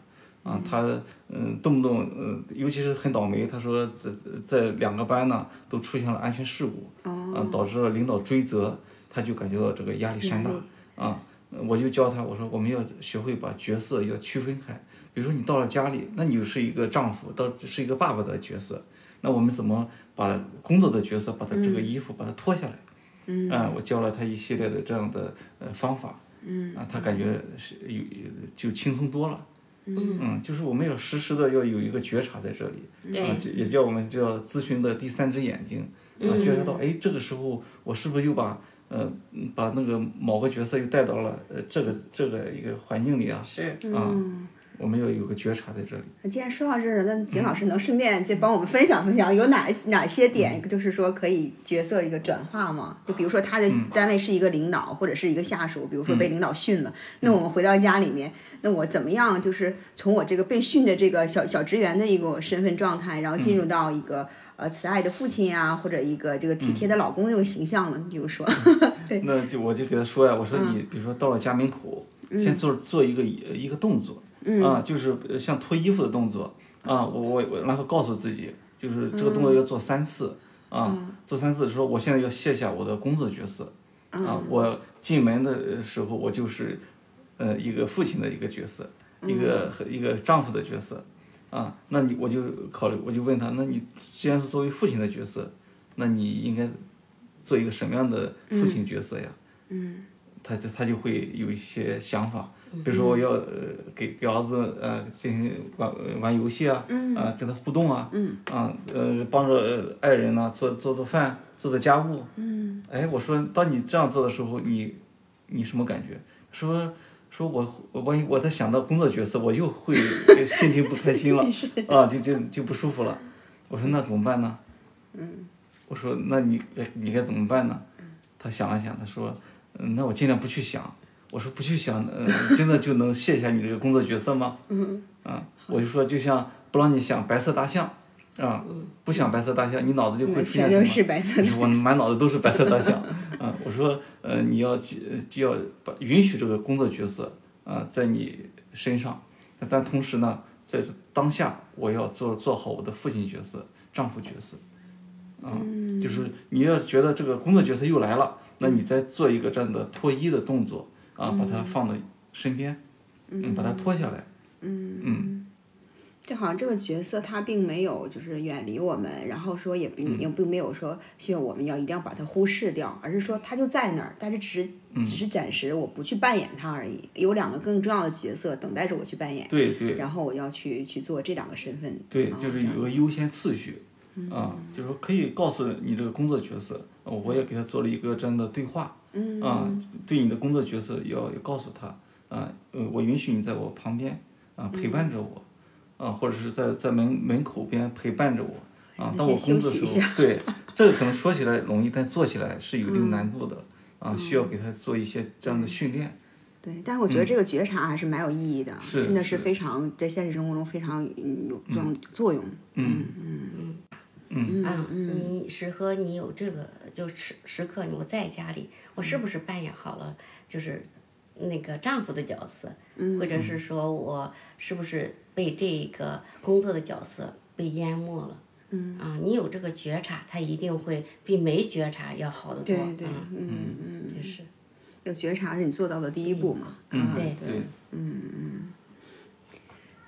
啊，他嗯，动不动嗯、尤其是很倒霉，他说在在两个班呢都出现了安全事故，啊，导致了领导追责，他就感觉到这个压力山大啊。我就教他，我说我们要学会把角色要区分开。比如说你到了家里，那你就是一个丈夫，到是一个爸爸的角色，那我们怎么把工作的角色，把他这个衣服把它脱下来？嗯，我教了他一系列的这样的呃方法，嗯，啊，他感觉是有就轻松多了。嗯就是我们要时时的要有一个觉察在这里，啊，就也叫我们叫咨询的第三只眼睛，啊，觉察到，哎，这个时候我是不是又把呃嗯把那个某个角色又带到了呃这个这个一个环境里啊？是啊，我们要有个觉察在这里。嗯既然说到这儿了，那景老师能顺便就帮我们分享分享，有哪哪些点，就是说可以角色一个转化吗？就比如说他的嗯单位是一个领导或者是一个下属，比如说被领导训了，那我们回到家里面，那我怎么样，就是从我这个被训的这个小小职员的一个身份状态，然后嗯进入到一个。呃，慈爱的父亲呀、或者一个这个体贴嗯的老公这种形象呢？你比如说，那就我就给他说呀，我说你比如说到了家门口，先做做一个一个动作，啊，就是呃像脱衣服的动作啊，我我我，然后告诉自己，就是这个动作要做三次啊，做三次说我现在要卸下我的工作角色啊，我进门的时候我就是呃一个父亲的一个角色，一个和一个丈夫的角色。啊，那你我就考虑，我就问他，那你既然是作为父亲的角色，那你应该做一个什么样的父亲角色呀？嗯，他就他就会有一些想法，比如说我要呃给给儿子呃进行玩呃玩游戏啊，嗯，啊跟他互动啊，嗯，啊呃帮着呃爱人呐、做做做饭，做做家务，嗯，哎，我说当你这样做的时候，你你什么感觉？说。说我我万一我在想到工作角色，我又会呃心情不开 心了啊，就就就不舒服了。我说那怎么办呢？嗯我说那你该你该怎么办呢？他想了想，他说，嗯，那我尽量不去想。我说不去想，嗯、真的就能卸下你这个工作角色吗？嗯。啊，我就说就像不让你想白色大象，啊，不想白色大象，你脑子就会嗯出现全都什么？是 白色你说我满脑子都是白色大象。啊，我说，呃，你要记就要把允许这个工作角色啊、在你身上，但同时呢，在这当下我要做做好我的父亲角色、丈夫角色。啊，嗯就是你要觉得嗯这个工作角色又来了，那你再做一个这样的脱衣的动作啊，把它放到身边，嗯，把他拖下来，就好像这个角色他并没有就是远离我们，然后说也嗯并也并没有说需要我们要一定要把它忽视掉，而是说他就在那儿，但是只是嗯只是暂时我不去扮演他而已。有两个更重要的角色等待着我去扮演，对对然后我要去去做这两个身份。对，啊就是有个优先次序，嗯啊，就是说可以告诉你这个工作角色，呃我也给他做了一个这样的对话，嗯啊，对你的工作角色要要告诉他，啊，呃，我允许你在我旁边，啊，陪嗯伴着我，啊，或者是在在门门口边陪伴着我，啊，你当我哎先工休作息一的时候，对，这个可能说起来容易，但做起来是有一定嗯难度的，啊，需要给他做一些这样的训练，对，但是我觉得这个觉察还是蛮有意义的，嗯是真的是非常在现实生活中非常嗯有作用作用。嗯啊，嗯你时和你有这个，就时时刻我在家里，我嗯是不是扮演好了就是那个丈夫的角色，嗯或者是说我是不是被这个工作的角色被淹没了？嗯啊，你有这个觉察，他一定会比没觉察要好得多。对对，啊，嗯嗯，就是有觉察是你做到的第一步嘛。嗯啊对对。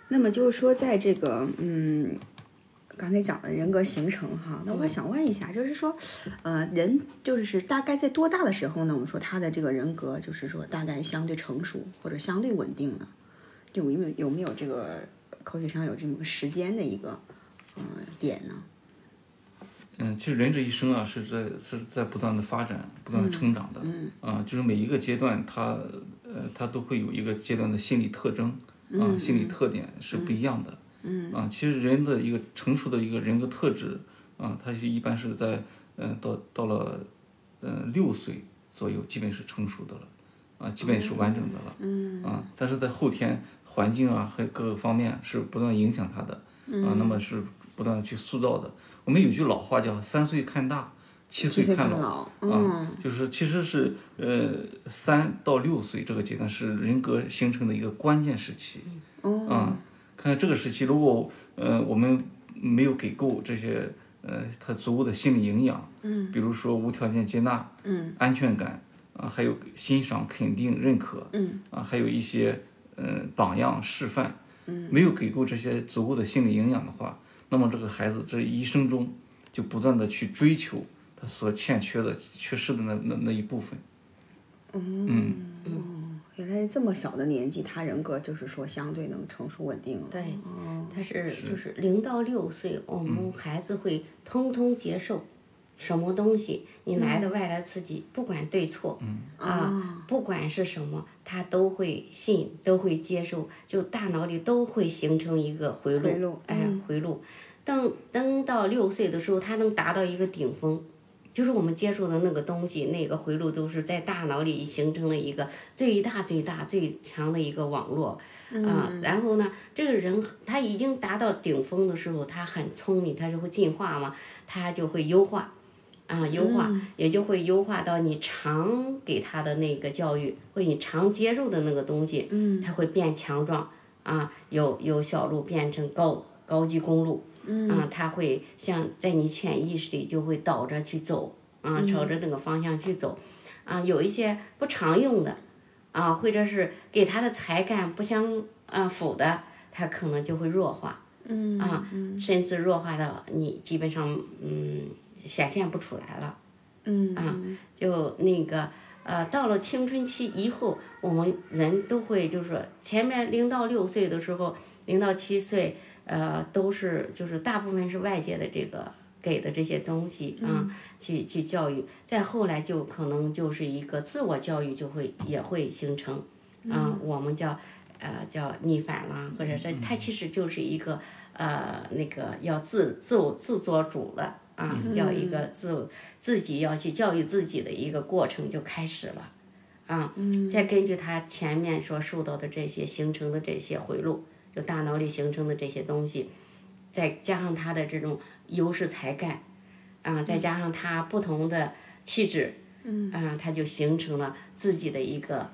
那么就是说，在这个嗯，刚才讲的人格形成哈，那嗯我想问一下，就是说，呃，人就是大概在多大的时候呢？我们说他的这个人格就是说大概相对成熟或者相对稳定了，有没有有没有这个科学上有这么个时间的一个嗯、呃点呢？嗯，其实人这一生啊，是在是在不断的发展、不断的成长的。嗯。啊，就是每一个阶段，它呃，它都会有一个阶段的心理特征啊，心理特点是不一样的。嗯。啊，其实人的一个成熟的一个人格特质啊，它是一般是在嗯、呃到到了嗯、呃、六岁左右，基本是成熟的了。啊，基本是完整的了，嗯，啊，但是在后天环境啊和各个方面是不断影响他的，啊，那么是不断的去塑造的。我们有句老话叫“三岁看大，七岁岁看看老”，老啊，就是其实是呃三到六岁这个阶段是人格形成的一个关键时期，啊，看看这个时期如果呃我们没有给够这些呃他足够的心理营养，嗯，比如说无条件接纳，嗯，安全感啊，还有欣赏、肯定、认可，嗯，啊，还有一些嗯、呃榜样示范，嗯，没有给够这些足够的心理营养的话，那么这个孩子这一生中就不断的去追求他所欠缺的、缺失的那那那一部分，原来这么小的年纪，他人格就是说相对能成熟稳定了。对，嗯他是就是零到六岁，我们孩子会通通接受。什么东西你来嗯的外来刺激，不管对错，哦啊，不管是什么，他都会信，都会接受，就大脑里都会形成一个回路，回路嗯哎，回路。等等到六岁的时候，他能达到一个顶峰，就是我们接触的那个东西，那个回路都是在大脑里形成了一个最大、最大、最长的一个网络。嗯啊，然后呢，这个人他已经达到顶峰的时候，他很聪明，他就会进化嘛，他就会优化，啊，优化、也就会优化到你常给他的那个教育，或者你常接触的那个东西，嗯，他会变强壮，啊，有有小路变成高高级公路，嗯，啊，他会像在你潜意识里就会倒着去走，啊，朝着那个方向去走，啊，有一些不常用的。啊，或者是给他的才干不相啊辅的，他可能就会弱化，嗯啊，甚至弱化到你基本上嗯显现不出来了，嗯啊，就那个呃，到了青春期以后，我们人都会就是说前面零到六岁的时候，零到七岁，呃，都是就是大部分是外界的这个。给的这些东西啊，去去教育，再后来就可能就是一个自我教育，就会也会形成，啊、我们叫呃叫逆反啦，或者是它其实就是一个呃那个要自自我自做主了啊，要一个自自己要去教育自己的一个过程就开始了，啊，再根据他前面所受到的这些形成的这些回路，就大脑里形成的这些东西，再加上他的这种优势才干，啊，再加上他不同的气质，嗯，啊，他就形成了自己的一个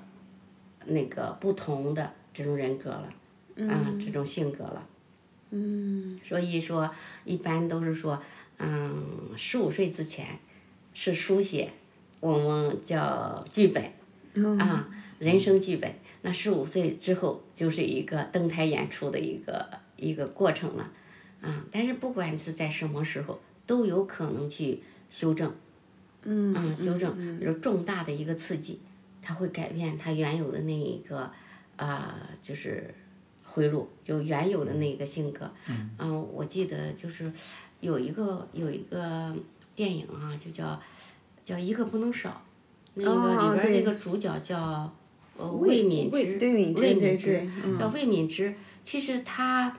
那个不同的这种人格了，嗯啊，这种性格了，嗯，所以说一般都是说，嗯，十五岁之前是书写，我们叫剧本，嗯啊，人生剧本。那十五岁之后就是一个登台演出的一个一个过程了，啊，但是不管是在什么时候，都有可能去修正，嗯啊，修正，比如重大的一个刺激，它会改变它原有的那一个啊、就是回路，就原有的那一个性格。嗯、我记得就是有一个有一个电影啊，就叫叫一个不能少，那哦个里边儿对那个主角叫呃魏魏敏魏之，对敏之对魏敏对之叫魏敏之，其实他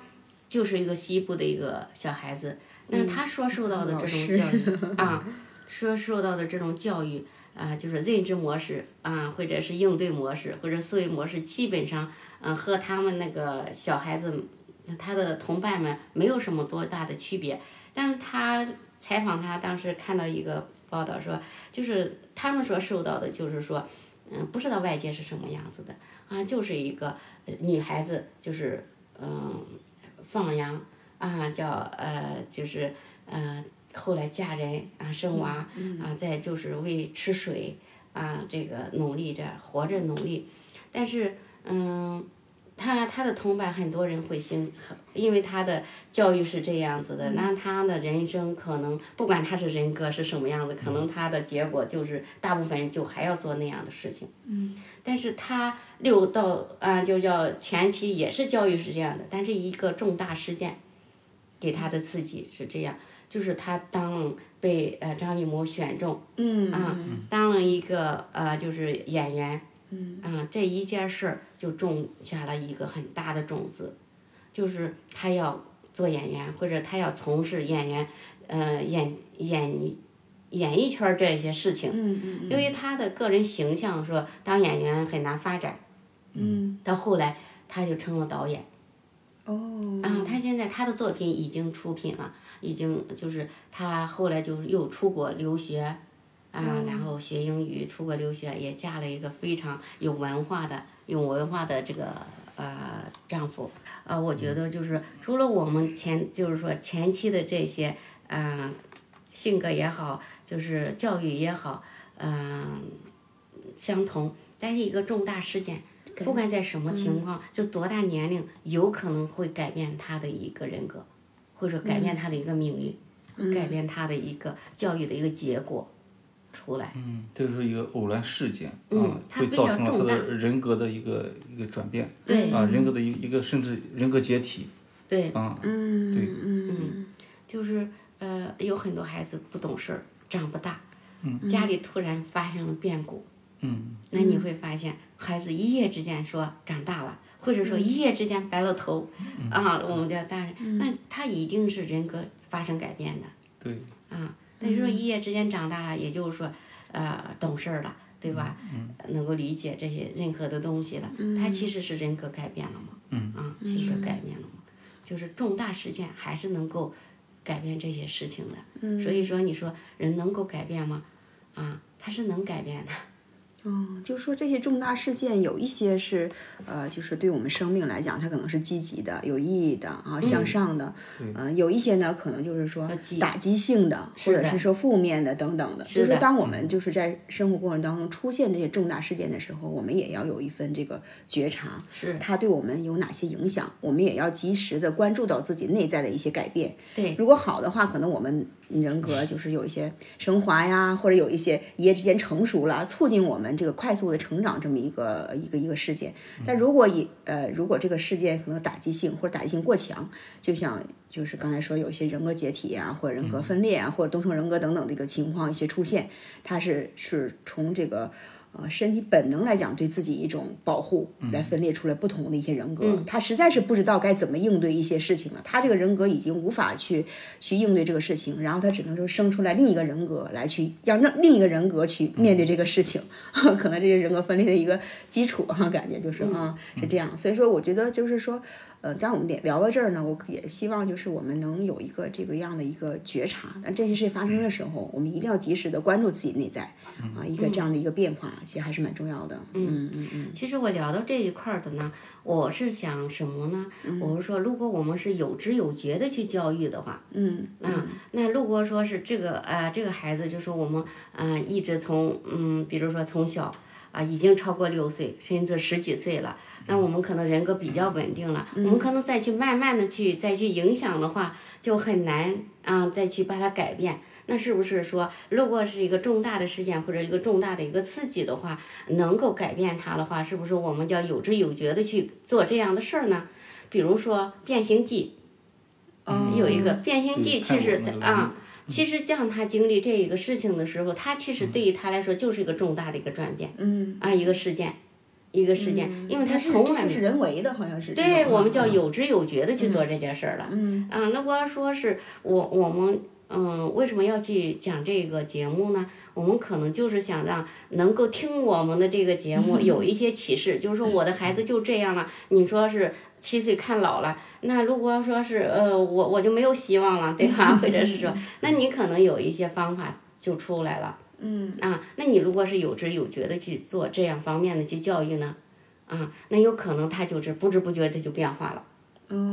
就是一个西部的一个小孩子，那他说受到的嗯老这种师 教育啊，说受到的这种教育啊，就是认知模式啊，或者是应对模式或者思维模式，基本上嗯、和他们那个小孩子他的同伴们没有什么多大的区别，但是他采访他当时看到一个报道说，就是他们所受到的就是说。嗯，不知道外界是什么样子的啊，就是一个呃女孩子，就是嗯，放羊啊，叫呃，就是呃，后来嫁人啊，生娃、啊，再就是为吃水啊，这个努力着活着努力，但是嗯，他他的同伴很多人会心，因为他的教育是这样子的，那他的人生可能不管他是人格是什么样子，可能他的结果就是大部分人就还要做那样的事情。但是他六到啊、就叫前期也是教育是这样的，但是一个重大事件给他的刺激是这样，就是他当被呃张艺谋选中，嗯啊，当了一个呃就是演员，嗯啊这一件事儿就种下了一个很大的种子，就是他要做演员，或者他要从事演员，呃演演演艺圈儿这些事情。嗯嗯由于他的个人形象说当演员很难发展，嗯，到后来他就成了导演。哦啊、他现在他的作品已经出品了，已经就是他后来就又出国留学，啊、然后学英语，出国留学，也嫁了一个非常有文化的、有文化的这个呃丈夫。呃，我觉得就是除了我们前就是说前期的这些，嗯、性格也好，就是教育也好，嗯、相同，但是一个重大事件。不管在嗯什么情况，就多大年龄，有可能会改变他的一个人格，或者改嗯变他的一个命运，改变他的一个教育的一个结果出来。嗯，这是一个偶然事件啊，嗯它会非造常成了他重的人格的一个一个转变，对啊，人格的一一个甚至人格解体，对，啊，嗯嗯就是呃，有很多孩子不懂事儿，长不大，家里突然发生了变故，嗯，那你会发现孩子一夜之间说长大了，或嗯者说一夜之间白了头，啊，我们叫大人，那他一定是人格发生改变的。对，嗯啊，等于说一夜之间长大了，也就是说，呃，懂事儿了，对吧？能够理解这些任何的东西了，他其实是人格改变了嘛，啊，性格改变了嘛，就是重大事件还是能够改变这些事情的。所以说，你说人能够改变吗？啊，他是能改变的。哦，就是说这些重大事件有一些是，呃，就是对我们生命来讲，它可能是积极的、有意义的啊，向上的，嗯、呃，有一些呢，可能就是说打击性的，或者的是说负面的等等的。就是说，的嗯当我们就是在生活过程当中出现这些重大事件的时候，我们也要有一份这个觉察，是它对我们有哪些影响，我们也要及时的关注到自己内在的一些改变。对，如果好的话，可能我们人格就是有一些升华呀，或者有一些一夜之间成熟了，促进我们这个快速的成长这么一个一个一个事件。嗯但如果也呃，如果这个事件可能打击性或者打击性过强，就像就是刚才说有一些人格解体啊，或者人格分裂啊，或者多重人格等等的一个情况一些出现，它是是从这个。呃，身体本能来讲，对自己一种保护，来分裂出来不同的一些人格。他实在是不知道该怎么应对一些事情了，他这个人格已经无法去去应对这个事情，然后他只能说生出来另一个人格来去让让另一个人格去面对这个事情， 可能这是人格分裂的一个基础啊，感觉就是啊、是这样。所以说，我觉得就是说，呃，当我们聊聊到这儿呢，我也希望就是我们能有一个这个样的一个觉察，但这些事发生的时候，我们一定要及时的关注自己内在啊，一个嗯这样的一个变化，其实还是蛮重要的。嗯嗯嗯，其实我聊到这一块儿的呢，我是想什么呢？我是说，如果我们是有知有觉的去教育的话，嗯，啊，那如果啊说是这个呃这个孩子，就是我们嗯、呃一直从嗯，比如说从小啊，已经超过六岁，甚至十几岁了，那我们可能人格比较稳定了，我们可能再去慢慢的去再去影响的话，就很难啊，再去把它改变。那是不是说，如果是一个重大的事件或者一个重大的一个刺激的话，能够改变它的话，是不是我们就要有知有觉的去做这样的事儿呢？比如说《变形记》，嗯有一个《变形对记》，其实看过那个啊，其实像他经历这一个事情的时候，他其实对于他来说就是一个重大的一个转变，嗯，啊，一个事件，一个事件，嗯因为他是从这来就没是人为的，好像是这对种我啊们叫有知有觉的去做这件事儿了。嗯啊，那如果说是我我们嗯，为什么要去讲这个节目呢？我们可能就是想让能够听我们的这个节目有一些启示，就是说我的孩子就这样了，你说是。七岁看老了，那如果说是呃，我我就没有希望了，对 吧？或者是说，那你可能有一些方法就出来了，嗯啊，那你如果是有知有觉的去做这样方面的去教育呢，啊，那有可能他就是不知不觉他就变化了。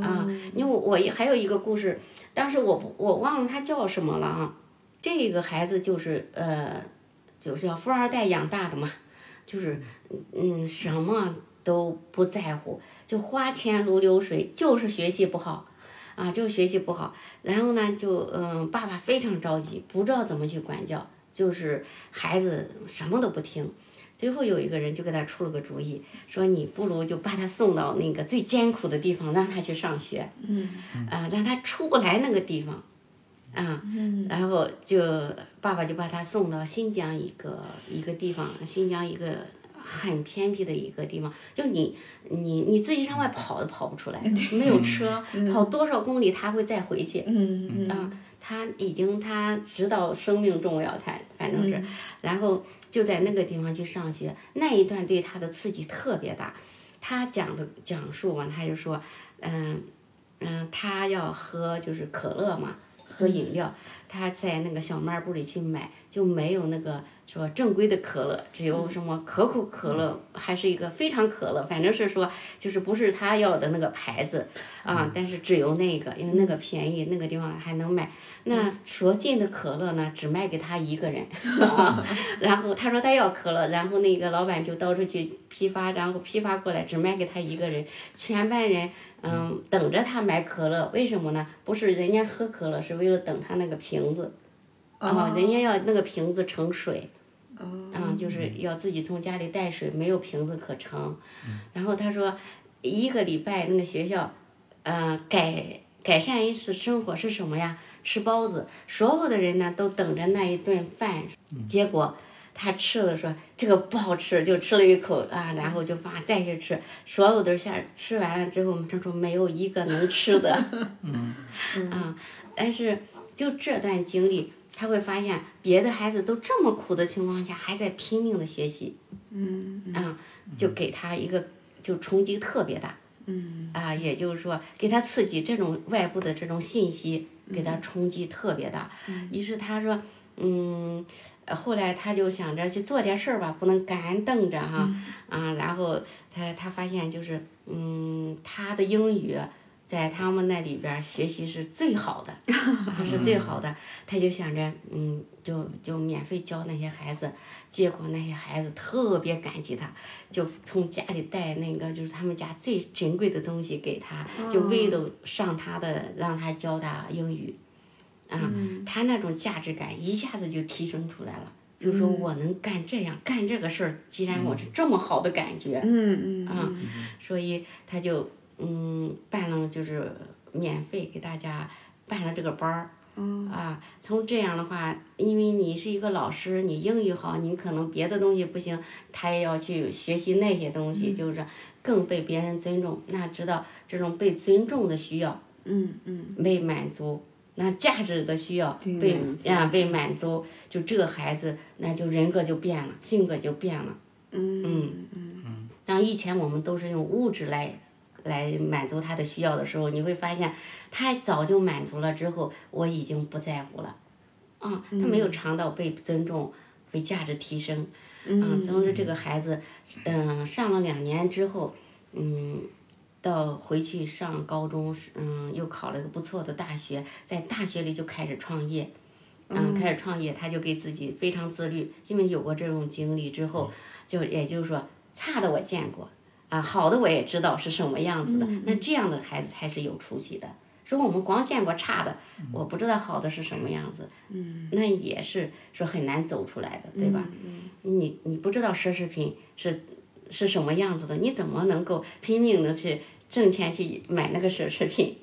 啊，因为我我也还有一个故事，当时我不我忘了他叫什么了啊。这个孩子就是呃，就是要富二代养大的嘛，就是嗯什么都不在乎，就花钱如流水，就是学习不好啊，就是学习不好。然后呢，就嗯爸爸非常着急，不知道怎么去管教，就是孩子什么都不听。最后有一个人就给他出了个主意，说你不如就把他送到那个最艰苦的地方，让他去上学，嗯，啊、让他出不来那个地方，啊，然后就爸爸就把他送到新疆一个一个地方，新疆一个很偏僻的一个地方，就你你你自己上外跑都跑不出来，没有车，跑多少公里他会再回去，嗯嗯啊，他已经他知道生命重要，他反正是，然后就在那个地方去上学，那一段对他的刺激特别大。他讲的讲述完，他就说，嗯嗯，他要喝就是可乐嘛，喝饮料，他在那个小卖部里去买，就没有那个说正规的可乐，只有什么可口可乐，还是一个非常可乐，反正是说就是不是他要的那个牌子啊，但是只有那个，因为那个便宜，那个地方还能买。那说进的可乐呢，只卖给他一个人， 啊、然后他说他要可乐，然后那个老板就到处去批发，然后批发过来只卖给他一个人，全班人嗯等着他买可乐，为什么呢？不是人家喝可乐是为了等他那个瓶子，嗯哦啊、人家要那个瓶子盛水。啊，就是要自己从家里带水，没有瓶子可盛。然后他说，一个礼拜那个学校，呃，改改善一次生活是什么呀？吃包子。所有的人呢都等着那一顿饭，结果他吃了说这个不好吃，就吃了一口啊，然后就发再去吃。所有的下吃完了之后，我们这说没有一个能吃的。 啊，但是就这段经历，他会发现别的孩子都这么苦的情况下，还在拼命的学习，嗯，啊，就给他一个就冲击特别大，嗯，啊，也就是说给他刺激这种外部的这种信息，给他冲击特别大，于是他说，嗯。呃后来他就想着去做点事儿吧，不能干瞪着哈、啊。然后他他发现就是，嗯，他的英语，在他们那里边儿学习是最好的，啊是最好的。他就想着，嗯，就就免费教那些孩子，结果那些孩子特别感激他，就从家里带那个就是他们家最珍贵的东西给他，就为了上他的，让他教他英语，啊，他那种价值感一下子就提升出来了。就说我能干这样、干这个事儿，既然我是这么好的感觉，嗯嗯啊，所以他就嗯办了就是免费给大家办了这个班儿。哦啊，从这样的话，因为你是一个老师，你英语好，你可能别的东西不行，他也要去学习那些东嗯西，就是更被别人尊重。那知道这种被尊重的需要，嗯嗯，被满足，那价值的需要被满足啊被满足，就这个孩子那就人格就变了，性格就变了。嗯嗯嗯。当以前我们都是用物质来来满足他的需要的时候，你会发现他早就满足了，之后我已经不在乎了。啊，他没有尝到被尊重、被价值提升。嗯，总之这个孩子，嗯、上了两年之后，嗯，到回去上高中，嗯，又考了一个不错的大学，在大学里就开始创业，嗯，开始创业，他就给自己非常自律，因为有过这种经历之后，就也就是说，差的我见过，啊，好的我也知道是什么样子的，那这样的孩子才是有出息的。说我们光见过差的，我不知道好的是什么样子，嗯，那也是说很难走出来的，对吧？你你不知道奢侈品是是什么样子的，你怎么能够拼命的去挣钱去买那个奢侈品？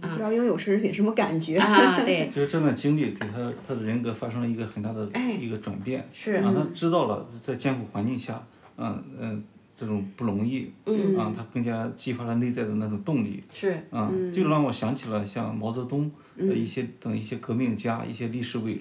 不知道拥有奢侈品什么感 觉啊，对，就是这段经历给他他的人格发生了一个很大的哎一个转变，是啊，他知道了在艰苦环境下，嗯嗯，这种不容易，嗯啊，他更加激发了内在的那种动力，是啊，就让我想起了像毛泽东、呃一些等一些革命家、一些历史伟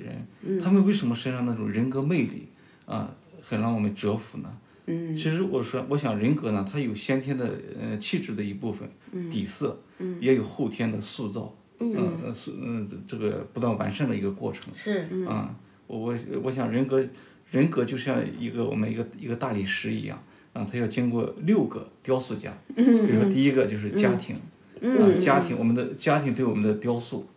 人，他们为什么身上那种人格魅力啊，很让我们折服呢？嗯，其实我说，我想人格呢，它有先天的呃气质的一部分，底色，嗯，也有后天的塑造，嗯呃是嗯这个不断完善的一个过程，是，啊，我我我想人格人格就像一个我们一个一个大理石一样啊，它要经过六个雕塑家，比如说第一个就是家庭，嗯啊家庭我们的家庭对我们的雕塑，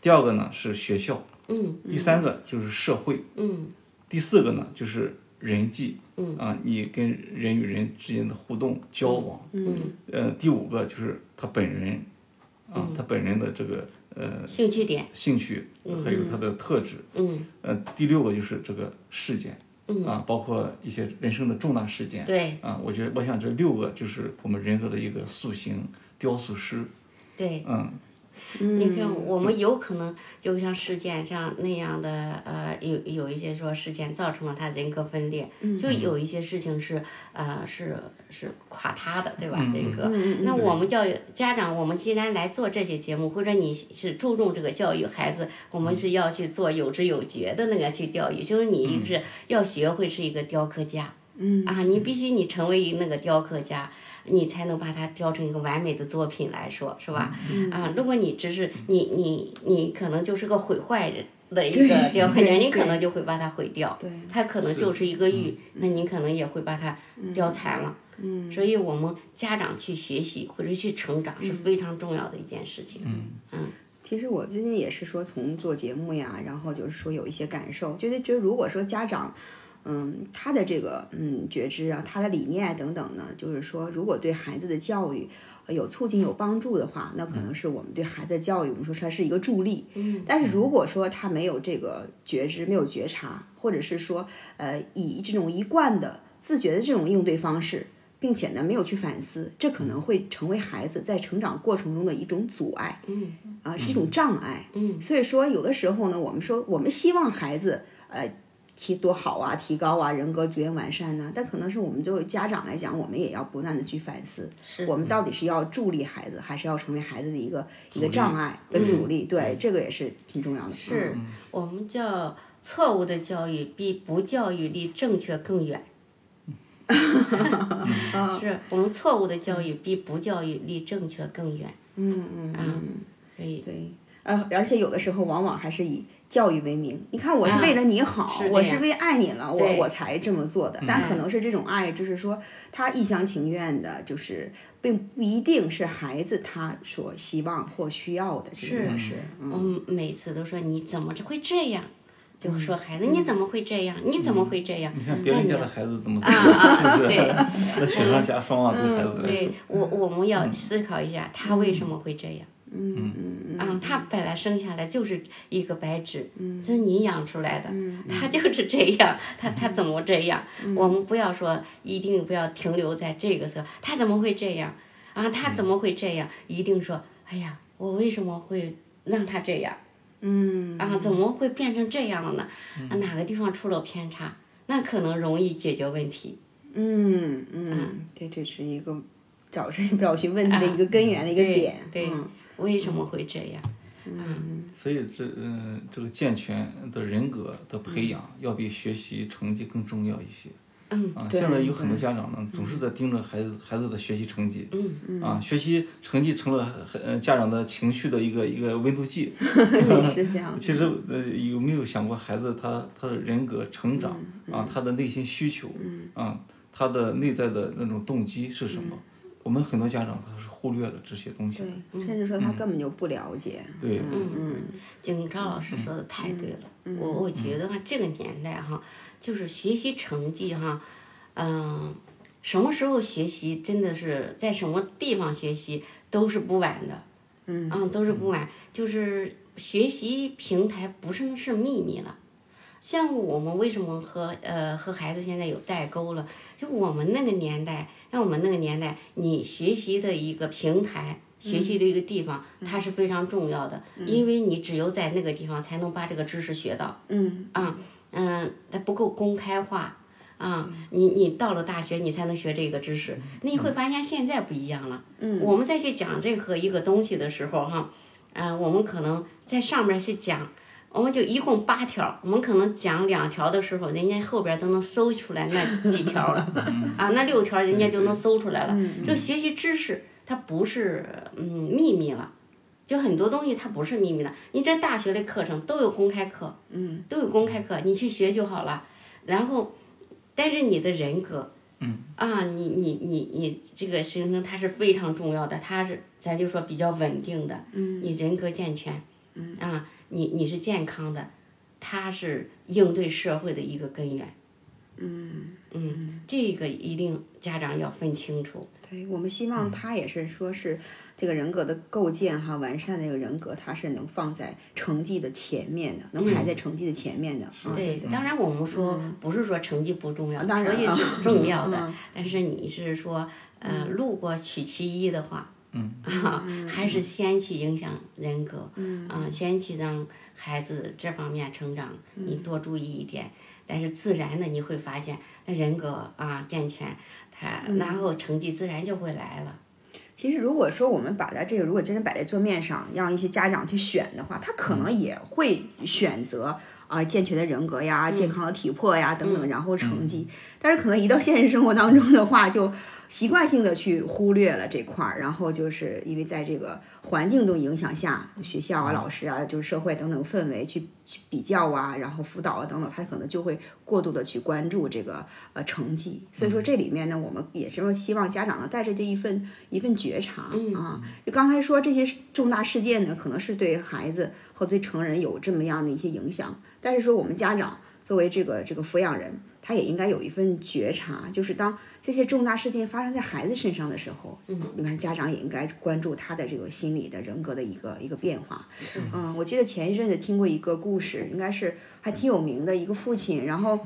第二个呢是学校，嗯第三个就是社会，嗯第四个呢就是人际，啊你跟人与人之间的互动交往，嗯，呃第五个就是他本人，啊他本人的这个呃兴趣点，兴趣还有他的特质。嗯，呃，第六个就是这个事件，啊，包括一些人生的重大事件，对啊，我觉得我想这六个就是我们人格的一个塑形雕塑师，对，嗯，你看，我们有可能就像事件像那样的，呃，有有一些说事件造成了他人格分裂，就有一些事情是，呃，是是垮塌的，对吧？人格。那我们教育家长，我们既然来做这些节目，或者你是注重这个教育孩子，我们是要去做有知有觉的那个去教育，就是你一个是要学会是一个雕刻家，嗯啊，你必须你成为那个雕刻家。你才能把它雕成一个完美的作品来说，是吧？嗯啊，如果你只是你你你可能就是个毁坏的一个雕刻家，对你可能就会把它毁掉。对，它可能就是一嗯个玉，那你可能也会把它雕残了。嗯，所以我们家长去学习或者去成长嗯是非常重要的一件事情。嗯其实我最近也是说，从做节目呀，然后就是说有一些感受，就是觉得如果说家长，嗯，他的这个嗯觉知啊，他的理念等等呢，就是说如果对孩子的教育呃有促进有帮助的话，那可能是我们对孩子的教育，我们说它是一个助力。嗯，但是如果说他没有这个觉知，没有觉察，或者是说呃以这种一贯的自觉的这种应对方式。并且呢，没有去反思，这可能会成为孩子在成长过程中的一种阻碍。啊，是一种障碍。嗯，所以说有的时候呢，我们说我们希望孩子呃提多好啊，提高啊，人格逐渐完善呢、但可能是我们作为家长来讲，我们也要不断的去反思，是我们到底是要助力孩子，还是要成为孩子的一个一个障碍、一个阻力？嗯对，这个也是挺重要的。是嗯，我们叫错误的教育比不教育离正确 更远。嗯是我们错误的教育比不教育离正确更远。嗯嗯啊，所以对。呃，而且有的时候往往还是以教育为名。你看，我是为了你好，啊这我样是为爱你了，我对嗯我才这么做的。但可能是这种爱，就是说他一厢情愿的，就是并不一定是孩子他所希望或需要的这种模式。我嗯，们每次都说你怎么会这样，就说孩子你怎么会这样，你怎么会这样？你看别人家的孩子怎么怎么嗯啊样，啊是不是对？ 那雪上加霜啊，对孩子来对说，我，我们要思考一下，他为什么会这样？嗯嗯嗯啊，他本来生下来就是一个白纸，这是你养出来的，他就是这样，他他怎么这样？我们不要说一定不要停留在这个时候，他怎么会这样？啊，他怎么会这样？一定说，哎呀，我为什么会让他这样？嗯啊，怎么会变成这样了呢？啊，哪个地方出了偏差？那可能容易解决问题。嗯啊嗯，对，这是一个找寻 找寻问题的一个根源的一个对点。对嗯为什么会这样？所以这嗯、这个健全的人格的培养要比学习成绩更重要一些。嗯啊，对现在有很多家长呢，总是在盯着孩子孩子的学习成绩，嗯啊，学习成绩成了很呃家长的情绪的一个一个温度计。嗯 是这样。其实呃，有没有想过孩子他他的人格成长、嗯嗯啊，他的内心需求、啊，他的内在的那种动机是什么？我们很多家长他是忽略了这些东西的。甚至嗯说他根本就不了解。对，嗯景赵老师说的太对了，我我觉得哈，这个年代哈，就是学习成绩哈，嗯、什么时候学习真的是在什么地方学习都是不晚的，嗯，都是不晚，就是学习平台不是是秘密了。像我们为什么和呃和孩子现在有代沟了？就我们那个年代，像我们那个年代，你学习的一个平台，学习的一个地方，它是非常重要的，因为你只有在那个地方才能把这个知识学到。嗯啊嗯，它不够公开化啊，你你到了大学，你才能学这个知识。那你会发现现在不一样了。嗯，我们再去讲任何一个东西的时候，哈，啊，我们可能在上面去讲。我们就一共八条，我们可能讲两条的时候，人家后边都能搜出来那几条了，啊，那六条人家就能搜出来了。就学习知识，它不是嗯秘密了，就很多东西它不是秘密了。你在大学的课程都有公开课，嗯，都有公开课，你去学就好了。然后，但是你的人格，嗯，啊，你你你你这个形成它是非常重要的，它是咱就说比较稳定的，嗯，你人格健全，嗯啊。你你是健康的，它是应对社会的一个根源。嗯嗯，这个一定家长要分清楚。对我们希望他也是说是这个人格的构建哈，完善的一个人格，他是能放在成绩的前面的，能排在成绩的前面的。啊对，当然我们说不是说成绩不重要，当然成绩啊是重要的，但是你是说呃，路过取其一的话，嗯啊，还是先去影响人格，嗯啊，先去让孩子这方面成长，你多注意一点。但是自然的你会发现，他人格啊健全，他然后成绩自然就会来了。其实，如果说我们把它这个，如果真的摆在桌面上，让一些家长去选的话，他可能也会选择啊、健全的人格呀、健康的体魄呀等等，然后成绩。但是可能一到现实生活当中的话，就习惯性的去忽略了这块儿，然后就是因为在这个环境的影响下，学校啊、老师啊，就是社会等等氛围去去比较啊，然后辅导啊等等，他可能就会过度的去关注这个呃成绩。所以说这里面呢，我们也是说希望家长呢带着这一份一份觉察、啊，就刚才说这些重大事件呢，可能是对孩子和对成人有这么样的一些影响，但是说我们家长作为这个这个抚养人，他也应该有一份觉察，就是当这些重大事件发生在孩子身上的时候，嗯，你看家长也应该关注他的这个心理的人格的一个一个变化。嗯，我记得前一阵子听过一个故事，应该是还挺有名的一个父亲，然后。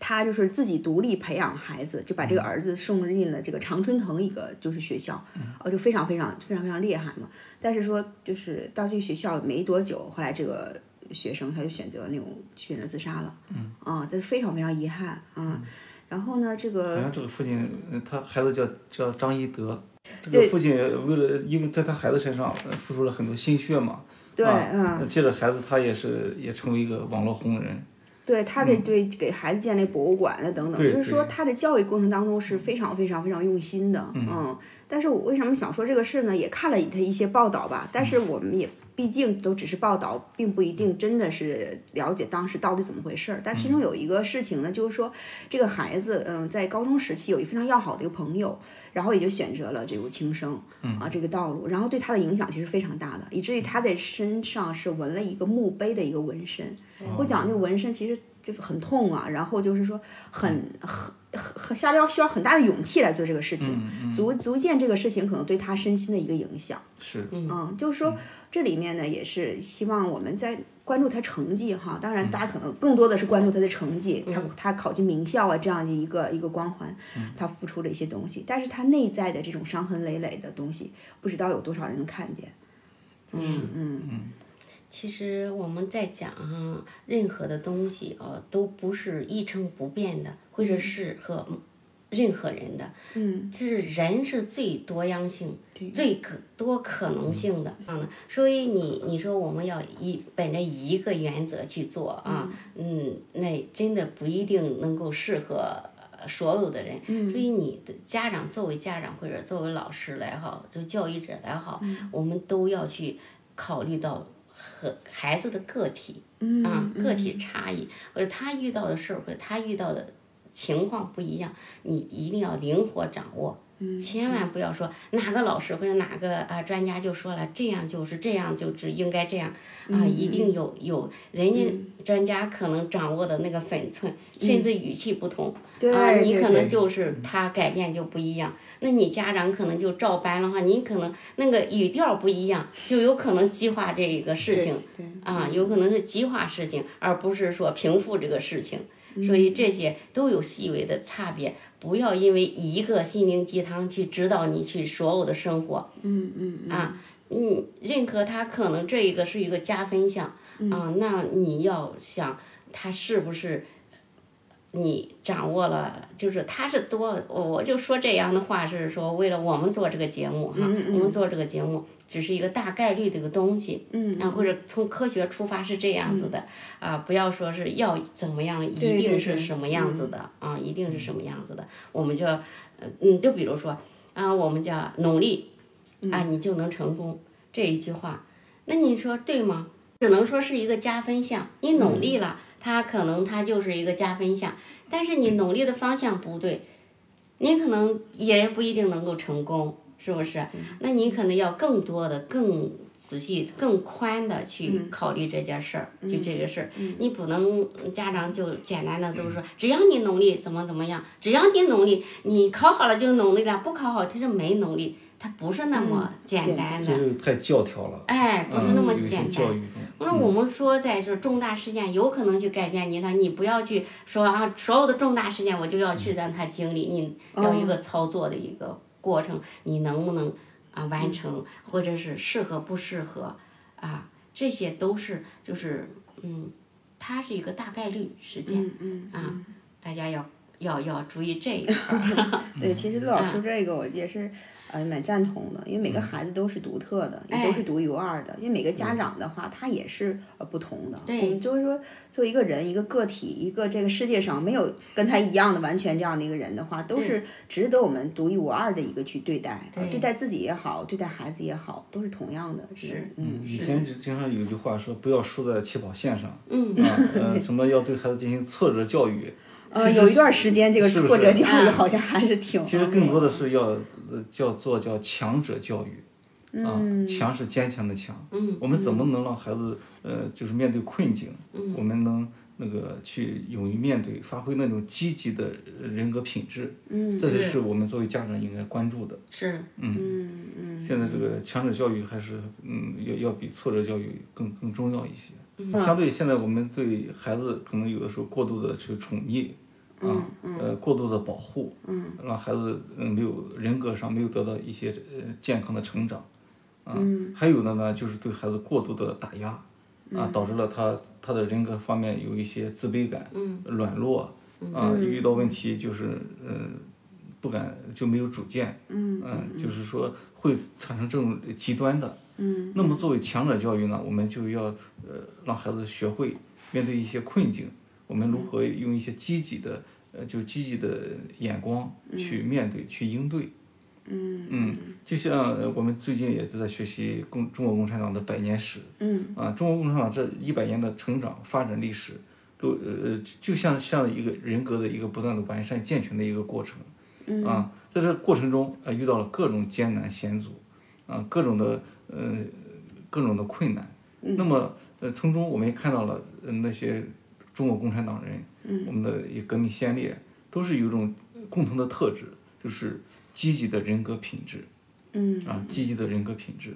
他就是自己独立培养孩子，就把这个儿子送进了这个常春藤一个就是学校，哦，就非常非常非常非常厉害嘛。但是说就是到这个学校没多久，后来这个学生他就选择那种选择自杀了，嗯，啊，这非常非常遗憾啊。然后呢，这个啊好像这个父亲，呃他孩子叫叫张一德，这个父亲为了因为在他孩子身上呃付出了很多心血嘛，对，啊嗯，借着孩子他也是也成为一个网络红人，对他得对给孩子建立博物馆的等等，嗯对就是说对他的教育过程当中是非常非常非常用心的，嗯但是我为什么想说这个事呢？也看了他一些报道吧，但是嗯我们也毕竟都只是报道，并不一定真的是了解当时到底怎么回事儿。但其嗯中有一个事情呢，就是说这个孩子，嗯，在高中时期有一个非常要好的一个朋友，然后也就选择了这个轻生嗯啊这个道路，然后对他的影响其实非常大的，以至于他在身上是纹了一个墓碑的一个纹身。哦我讲这个纹身其实就是很痛啊，然后就是说很很很很下要需要很大的勇气来做这个事情，足足见这个事情可能对他身心的一个影响。是嗯，就是说这里面呢，也是希望我们在关注他成绩哈。当然，大家可能更多的是关注他的成绩，他他考进名校啊这样的一个一个光环，他付出了一些东西，但是他内在的这种伤痕累累的东西，不知道有多少人能看见。嗯嗯其实我们在讲哈，任何的东西啊，都不是一成不变的，或者适合任何人的。嗯，就是人是最多样性、最可多可能性的啊。所以你你说我们要一本着一个原则去做啊，嗯，那真的不一定能够适合呃所有的人，所以你的家长作为家长或者作为老师来好，就教育者来好，我们都要去考虑到和孩子的个体、嗯啊个体差异，或者他遇到的事儿或者他遇到的情况不一样，你一定要灵活掌握。千万不要说哪个老师或者哪个啊专家就说了这样就是这样就是应该这样嗯啊，一定有有人家专家可能掌握的那个分寸，甚至语气不同啊，对你对可能对就是他改变就不一样。那你家长可能就照搬的话，你可能那个语调不一样，就有可能激化这个事情对啊，有可能是激化事情，而不是说平复这个事情。嗯所以这些都有细微的差别，不要因为一个心灵鸡汤去指导你去所有的生活。嗯嗯啊，嗯，认可他可能这一个是一个加分项啊、嗯那你要想他是不是你掌握了，就是他是多，我我就说这样的话是说为了我们做这个节目哈、嗯我们做这个节目只是一个大概率的一个东西，嗯，啊或者从科学出发是这样子的、啊，不要说是要怎么样，一嗯对定是对嗯什么样子的啊，一定是什么样子的，我们就呃嗯，就比如说啊，我们叫努力啊，你就能成功这一句话，那你说对吗？只能说是一个加分项，你努力了，它可能它就是一个加分项，但是你努力的方向不对，你可能也不一定能够成功，是不是？嗯那你可能要更多的、更仔细、更宽的去嗯考虑这件事儿，就这个事儿，你不能家长就简单的嗯都说，只要你努力怎么怎么样，只要你努力，你考好了就努力了，不考好他就没努力，他不是那么嗯简单的，这就太教条了，哎，不是嗯那么有一些简单。教育中，那我们说，在这重大事件有可能去改变你的，你不要去说啊，所有的重大事件我就要嗯去让他经历，你哦要一个操作的一个过程，你能不能啊完成，或者是适合不适合啊，这些都是就是嗯，它是一个大概率事件，嗯嗯啊，大家要要要注意这一块 儿。嗯对，其实嗯陆老师这个我也是。呃，蛮赞同的，因为嗯每个孩子都是独特的，也都哎是独一无二的。因为每个家长的话，他也是呃不同的。对我们就是说，作为一个人、一个个体、一个这个世界上没有跟他一样的完全这样的一个人的话，都是值得我们独一无二的一个去对待。呃对待自己也好，对待孩子也好，都是同样的。是，嗯，以前只经常有句话说，不要输在起跑线上。嗯啊，呃，什么要对孩子进行挫折 教育？呃，有一段时间这个是不挫折是教育嗯好像还是挺……其实更多的是要呃叫做叫强者教育。啊，嗯强是坚强的强。嗯，我们怎么能让孩子呃，就是面对困境，我们能那个去勇于面对，发挥那种积极的人格品质。嗯，这才是我们作为家长应该关注的。是，嗯嗯。现在这个强者教育还是嗯，要要比挫折教育更更重要一些。嗯相对现在我们对孩子可能有的时候过度的去宠溺，嗯啊，呃，过度的保护，让孩子嗯没有人格上没有得到一些呃健康的成长，啊，还有的呢就是对孩子过度的打压，啊，导致了他他的人格方面有一些自卑感，软弱，啊，遇到问题就是嗯。不敢就没有主见，嗯就是说会产生这种极端的，嗯。那么作为强者教育呢，我们就要呃让孩子学会面对一些困境，我们如何用一些积极的呃就积极的眼光去面对、去应对，嗯就像呃我们最近也在学习共中国共产党的百年史，嗯啊，中国共产党这一百年的成长发展历史。都呃，就像像一个人格的一个不断的完善健全的一个过程，啊，在这过程中啊、呃遇到了各种艰难险阻，啊，各种的呃各种的困难。那么呃，从中我们也看到了、呃那些中国共产党人，我们的一革命先烈，都是有一种共同的特质，就是积极的人格品质。嗯啊，积极的人格品质。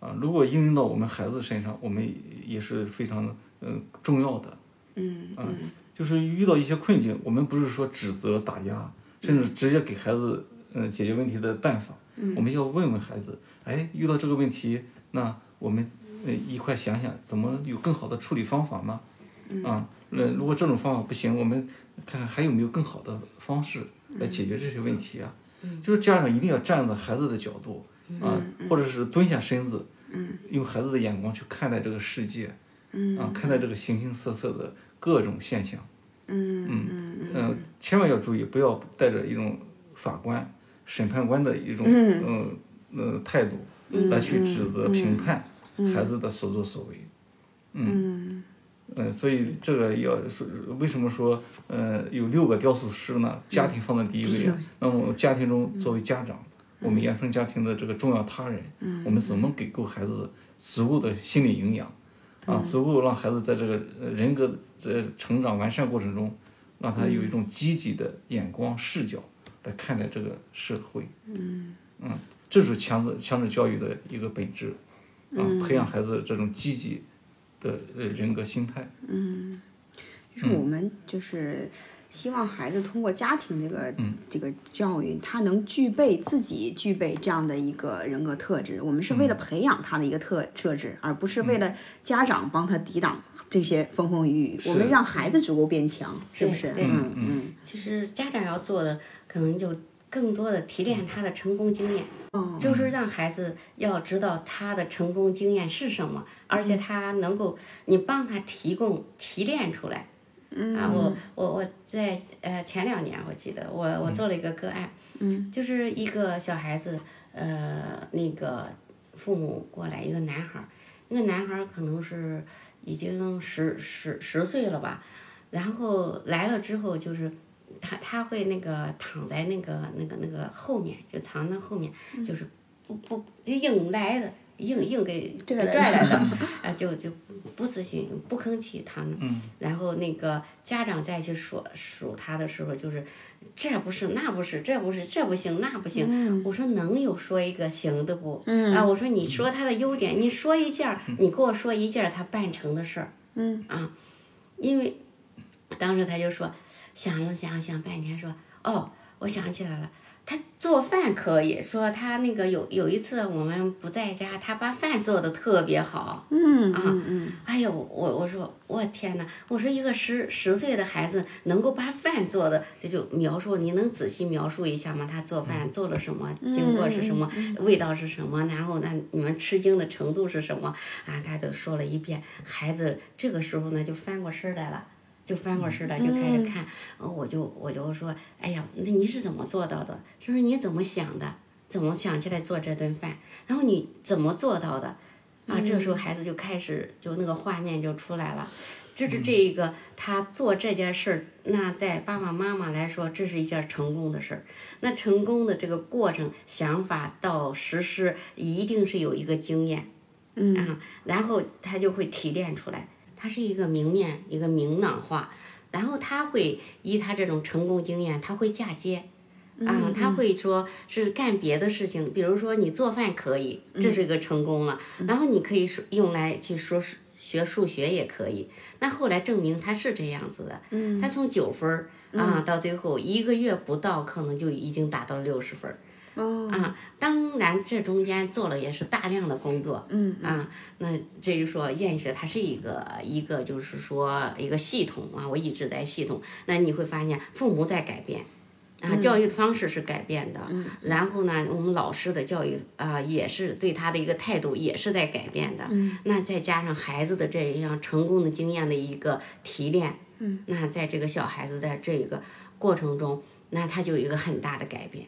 啊，如果应用到我们孩子身上，我们也是非常呃重要的。嗯啊，就是遇到一些困境，我们不是说指责、打压，甚至直接给孩子嗯、呃解决问题的办法。我们要问问孩子，哎，遇到这个问题，那我们呃一块想想，怎么有更好的处理方法吗？啊，那如果这种方法不行，我们看看还有没有更好的方式来解决这些问题啊？就是家长一定要站在孩子的角度啊，或者是蹲下身子，用孩子的眼光去看待这个世界，啊，看待这个形形色色的各种现象。嗯嗯嗯、千万要注意，不要带着一种法官、审判官的一种嗯呃态度嗯来去指责、评判孩子的所作所为。嗯，嗯，所以这个要说，为什么说，呃，有六个雕塑师呢？家庭放在第一位啊。那么家庭中，作为家长，我们原生家庭的这个重要他人，我们怎么给够孩子足够的心理营养，啊，足够让孩子在这个呃人格在成长完善过程中，让他有一种积极的眼光视角来看待这个社会。嗯。嗯，这是强制强制教育的一个本质，啊，培养孩子这种积极。的呃人格心态，嗯，就是我们就是希望孩子通过家庭这个、嗯这个教育，他能具备自己具备这样的一个人格特质。我们是为了培养他的一个特特质，而不是为了家长帮他抵挡这些风风雨雨。我们让孩子足够变强，是不是？对嗯嗯嗯。其实家长要做的，可能就更多的提炼他的成功经验，哦就是让孩子要知道他的成功经验是什么，而且他能够你帮他提供提炼出来。嗯啊，我我我在呃前两年我记得我我做了一个个案，嗯，就是一个小孩子，呃，那个父母过来一个男孩儿，那个男孩儿可能是已经十十十岁了吧，然后来了之后就是他他会那个躺在那个那个那个后面，就藏在后面，就是不不就硬来的，硬硬给拽来的来的，啊就就不咨询不吭气躺那，然后那个家长再去数数他的时候，就是这不是那不是这不是这不行那不行，我说能有说一个行的不？啊，我说你说他的优点，你说一件儿，你给我说一件儿他办成的事儿，嗯啊，因为当时他就说想了想想半天说，哦，我想起来了。他做饭可以说他那个有有一次我们不在家，他把饭做的特别好。嗯嗯嗯，哎呦，我我说我天哪！我说一个十十岁的孩子能够把饭做的，这就描述，你能仔细描述一下吗？他做嗯饭做了什么，经过是什么，味道是什么，然后那你们吃惊的程度是什么啊？他就说了一遍。孩子这个时候呢，就翻过身儿来了。就翻过身儿来，就开始看，呃我就我就说，哎呀，那你是怎么做到的？就是你怎么想的？怎么想起来做这顿饭？然后你怎么做到的？啊，这个时候孩子就开始就那个画面就出来了，这是这一个他做这件事儿，那在爸爸妈妈来说，这是一件成功的事儿。那成功的这个过程，想法到实施，一定是有一个经验，嗯啊，然后他就会提炼出来，它是一个明面，一个明朗化，然后他会依他这种成功经验，他会嫁接。嗯嗯啊、他会说是干别的事情，比如说你做饭可以，这是一个成功了，然后你可以说用来去说数学数学也可以。那后来证明他是这样子的，他从九分儿啊、到最后一个月不到，可能就已经达到了六十分儿。嗯啊，当然这中间做了也是大量的工作，嗯啊，那这就说厌学它是一个一个就是说一个系统啊，我一直在系统，那你会发现父母在改变。啊，教育的方式是改变的，然后呢，我们老师的教育啊、也是对他的一个态度也是在改变的，那再加上孩子的这样成功的经验的一个提炼，嗯，那在这个小孩子在这个过程中，那他就有一个很大的改变，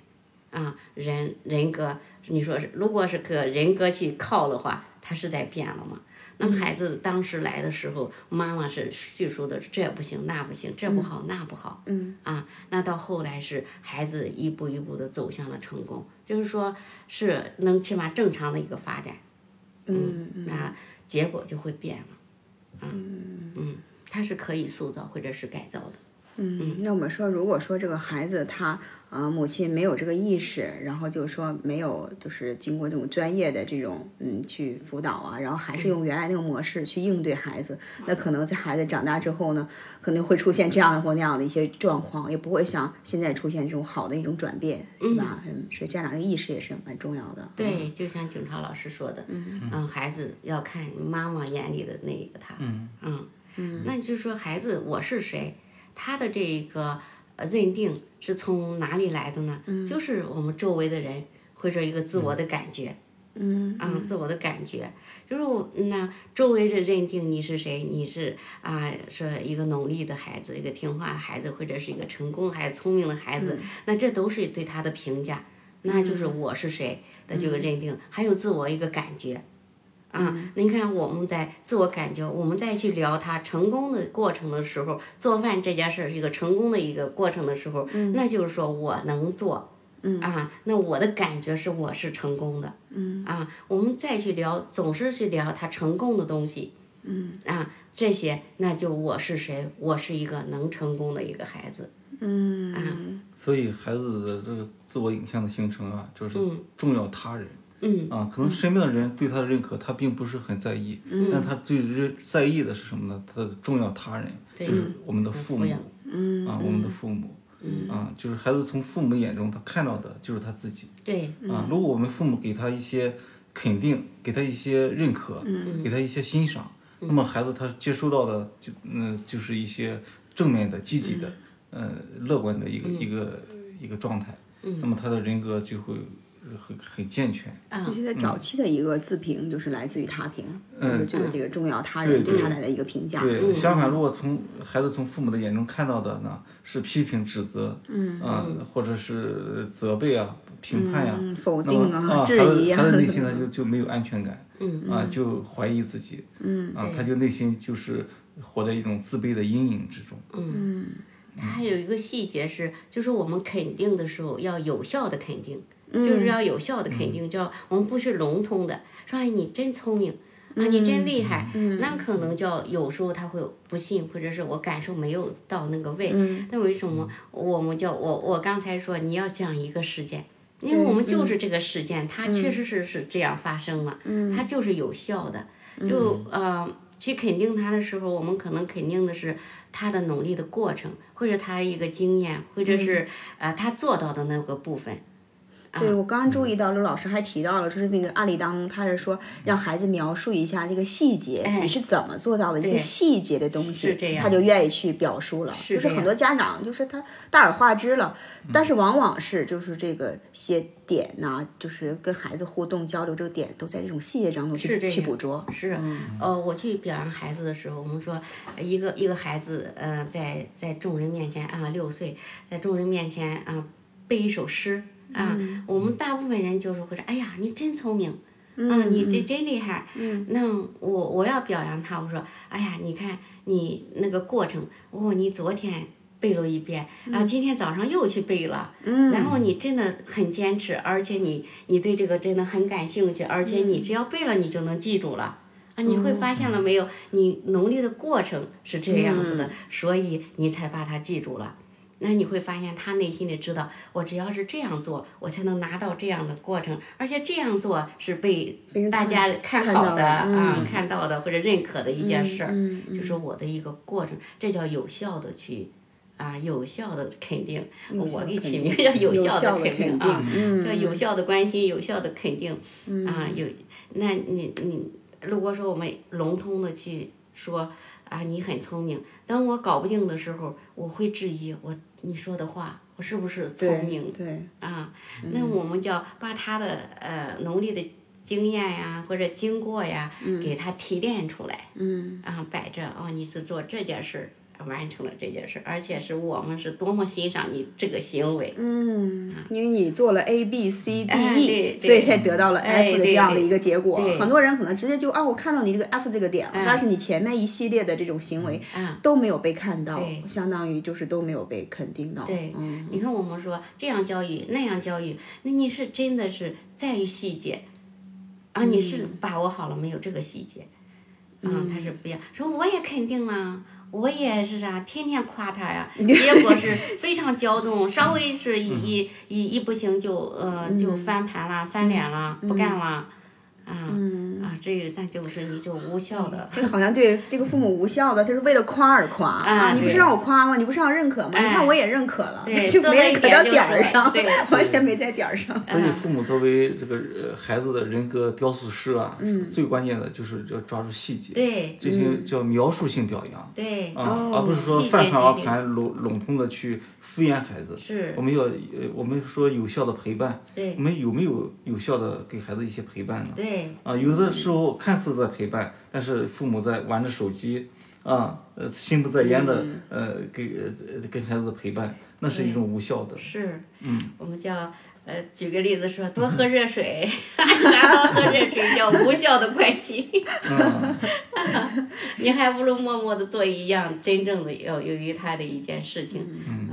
啊，人人格，你说是，如果是个人格去靠的话，他是在变了嘛？那么孩子当时来的时候，妈妈是叙述的是这不行那不行，这不好那不好，嗯啊，那到后来是孩子一步一步的走向了成功，就是说是能起码正常的一个发展，嗯，那结果就会变了，啊，嗯，它是可以塑造或者是改造的，嗯，那我们说，如果说这个孩子他呃母亲没有这个意识，然后就说没有就是经过这种专业的这种嗯去辅导啊，然后还是用原来那个模式去应对孩子，那可能在孩子长大之后呢，可能会出现这样或那样的一些状况，也不会像现在出现这种好的一种转变，是吧？嗯，所以家长的意识也是蛮重要的。对，就像警察老师说的，嗯，孩子要看妈妈眼里的那一个他，嗯那就说孩子我是谁，他的这个呃认定是从哪里来的呢？就是我们周围的人或者一个自我的感觉，嗯，啊、自我的感觉，就是我那周围的认定你是谁，你是啊、是一个努力的孩子，一个听话的孩子，或者是一个成功的孩子、聪明的孩子，那这都是对他的评价。那就是我是谁的这个认定，还有自我一个感觉，啊，您看我们在自我感觉，我们再去聊他成功的过程的时候，做饭这件事是一个成功的一个过程的时候，那就是说我能做，啊，那我的感觉是我是成功的，啊，我们再去聊，总是去聊他成功的东西，啊，这些那就我是谁，我是一个能成功的一个孩子，啊嗯，所以孩子的这个自我影像的形成啊，就是重要他人。嗯嗯啊，可能身边的人对他的认可，他并不是很在意，但他最认在意的是什么呢？他的重要他人，就是我们的父母，嗯啊，我们的父母，啊，就是孩子从父母眼中他看到的就是他自己，对，啊，如果我们父母给他一些肯定，给他一些认可，给他一些欣赏，那么孩子他接收到的就嗯、就是一些正面的、积极的，呃，乐观的一个、一个一个状态，那么他的人格就会呃很很健全。啊我觉得早期的一个自评就是来自于他评，我觉得嗯这个重要他人嗯对他来的一个评价，嗯对，相反，如果从孩子从父母的眼中看到的呢，是批评、指责，嗯，啊，或者是责备啊、评判呀、嗯否那定么啊啊，质孩子疑啊孩子内 心呢就就没有安全感，嗯，啊，就怀疑自己，嗯，啊，他就内心就是活在一种自卑的阴影之 中，它还有一个细节是，就是我们肯定的时候要有效的肯定，就是要有效的肯定，就要我们不是笼统的说哎你真聪明。啊，你真厉害！那可能叫有时候他会不信，或者是我感受没有到那个位。那为什么我们叫我我刚才说你要讲一个事件，因为我们就是这个事件，它确实是是这样发生了，它就是有效的。就呃，去肯定他的时候，我们可能肯定的是他的努力的过程，或者他一个经验，或者是、呃他做到的那个部分。啊对，我刚刚嗯注意到刘老师还提到了，就是那个案例当中，他是说让孩子描述一下这个细节，你是怎么做到的一个细节的东西，哎是这样他就愿意去表述了。是就是这很样嗯多家长就是他大而化之了，但是往往是就是这个些点呐、就是跟孩子互动交流这个点，都在这种细节当中去是这样去捕捉。是，呃，我去表扬孩子的时候，我们说，呃一个一个孩子，呃，在在众人面前啊，六岁，在众人面前啊，背一首诗啊，我们大部分人就是会说，哎呀，你真聪明。嗯啊，你这真厉害！嗯，那我我要表扬他，我说，哎呀，你看你那个过程，哦，你昨天背了一遍，啊，今天早上又去背了，嗯，然后你真的很坚持，而且你你对这个真的很感兴趣，而且你只要背了，你就能记住了。啊，你会发现了没有？你努力的过程是这样子的，所以你才把它记住了。那你会发现，他内心里知道，我只要是这样做，我才能拿到这样的过程，而且这样做是被嗯大家看看好到的的啊、嗯看到的或者认可的一件事儿，嗯就是我的一个过程，这叫有效的去啊，有效的肯定，我给起名叫有效的的肯定定啊，，嗯，这有效的关心，有效的肯定啊，有，那你你如果说我们笼统的去说啊，你很聪明，当我搞不定的时候，我会质疑我你说的话，我是不是聪明？对，啊，那我们就要把他的呃农历的经验呀或者经过呀，给他提炼出来，嗯，啊摆着哦，你是做这件事儿完成了这件事儿，而且是我们是多么欣赏你这个行为，嗯，因为你做了 A B C D 哎 E，、对对所以才得到了哎 F 的对这样的对一个结果。对很多人可能直接就啊，我看到你这个 F 这个点了，但是你前面一系列的这种行为、嗯都没有被看到，对相当于就是都没有被肯定到。对嗯，你看我们说这样教育那样教育，那你是真的是在于细节，啊，你是把握好了没有这个细节，嗯啊，他是不一样。说我也肯定啦，我也是啥，天天夸他 呀，结果是非常骄纵，稍微是一嗯一一一不行就呃就翻盘啦，翻脸啦，不干啦，嗯啊啊，这个那就是你就无效的，这个 好像对这个父母无效的，就是为了夸而夸啊！你不是嗯对嗯让我夸吗？你不是让我认可吗？你看我也认可了，嗯 对就做没到认一可点到就点出儿来 上对，完全没在点儿上。所以父母作为这个呃孩子的人格雕塑师啊，嗯最关键的就是要抓住细节，对这些叫描述性表扬。对，啊，而不是说哦细节泛泛而决定谈、笼笼统的去敷衍孩子。是我们要呃，我们说有效的陪伴，对我们有没有有效的给孩子一些陪伴呢？对嗯啊，有的时候看似在陪伴，但是父母在玩着手机，啊，呃，心不在焉的，嗯呃，给呃呃跟孩子陪伴，那是一种无效的。是，嗯，我们叫呃，举个例子说，多喝热水， 然后喝热水叫无效的关系， 你还不如默默的做一样真正的有有于他的一件事情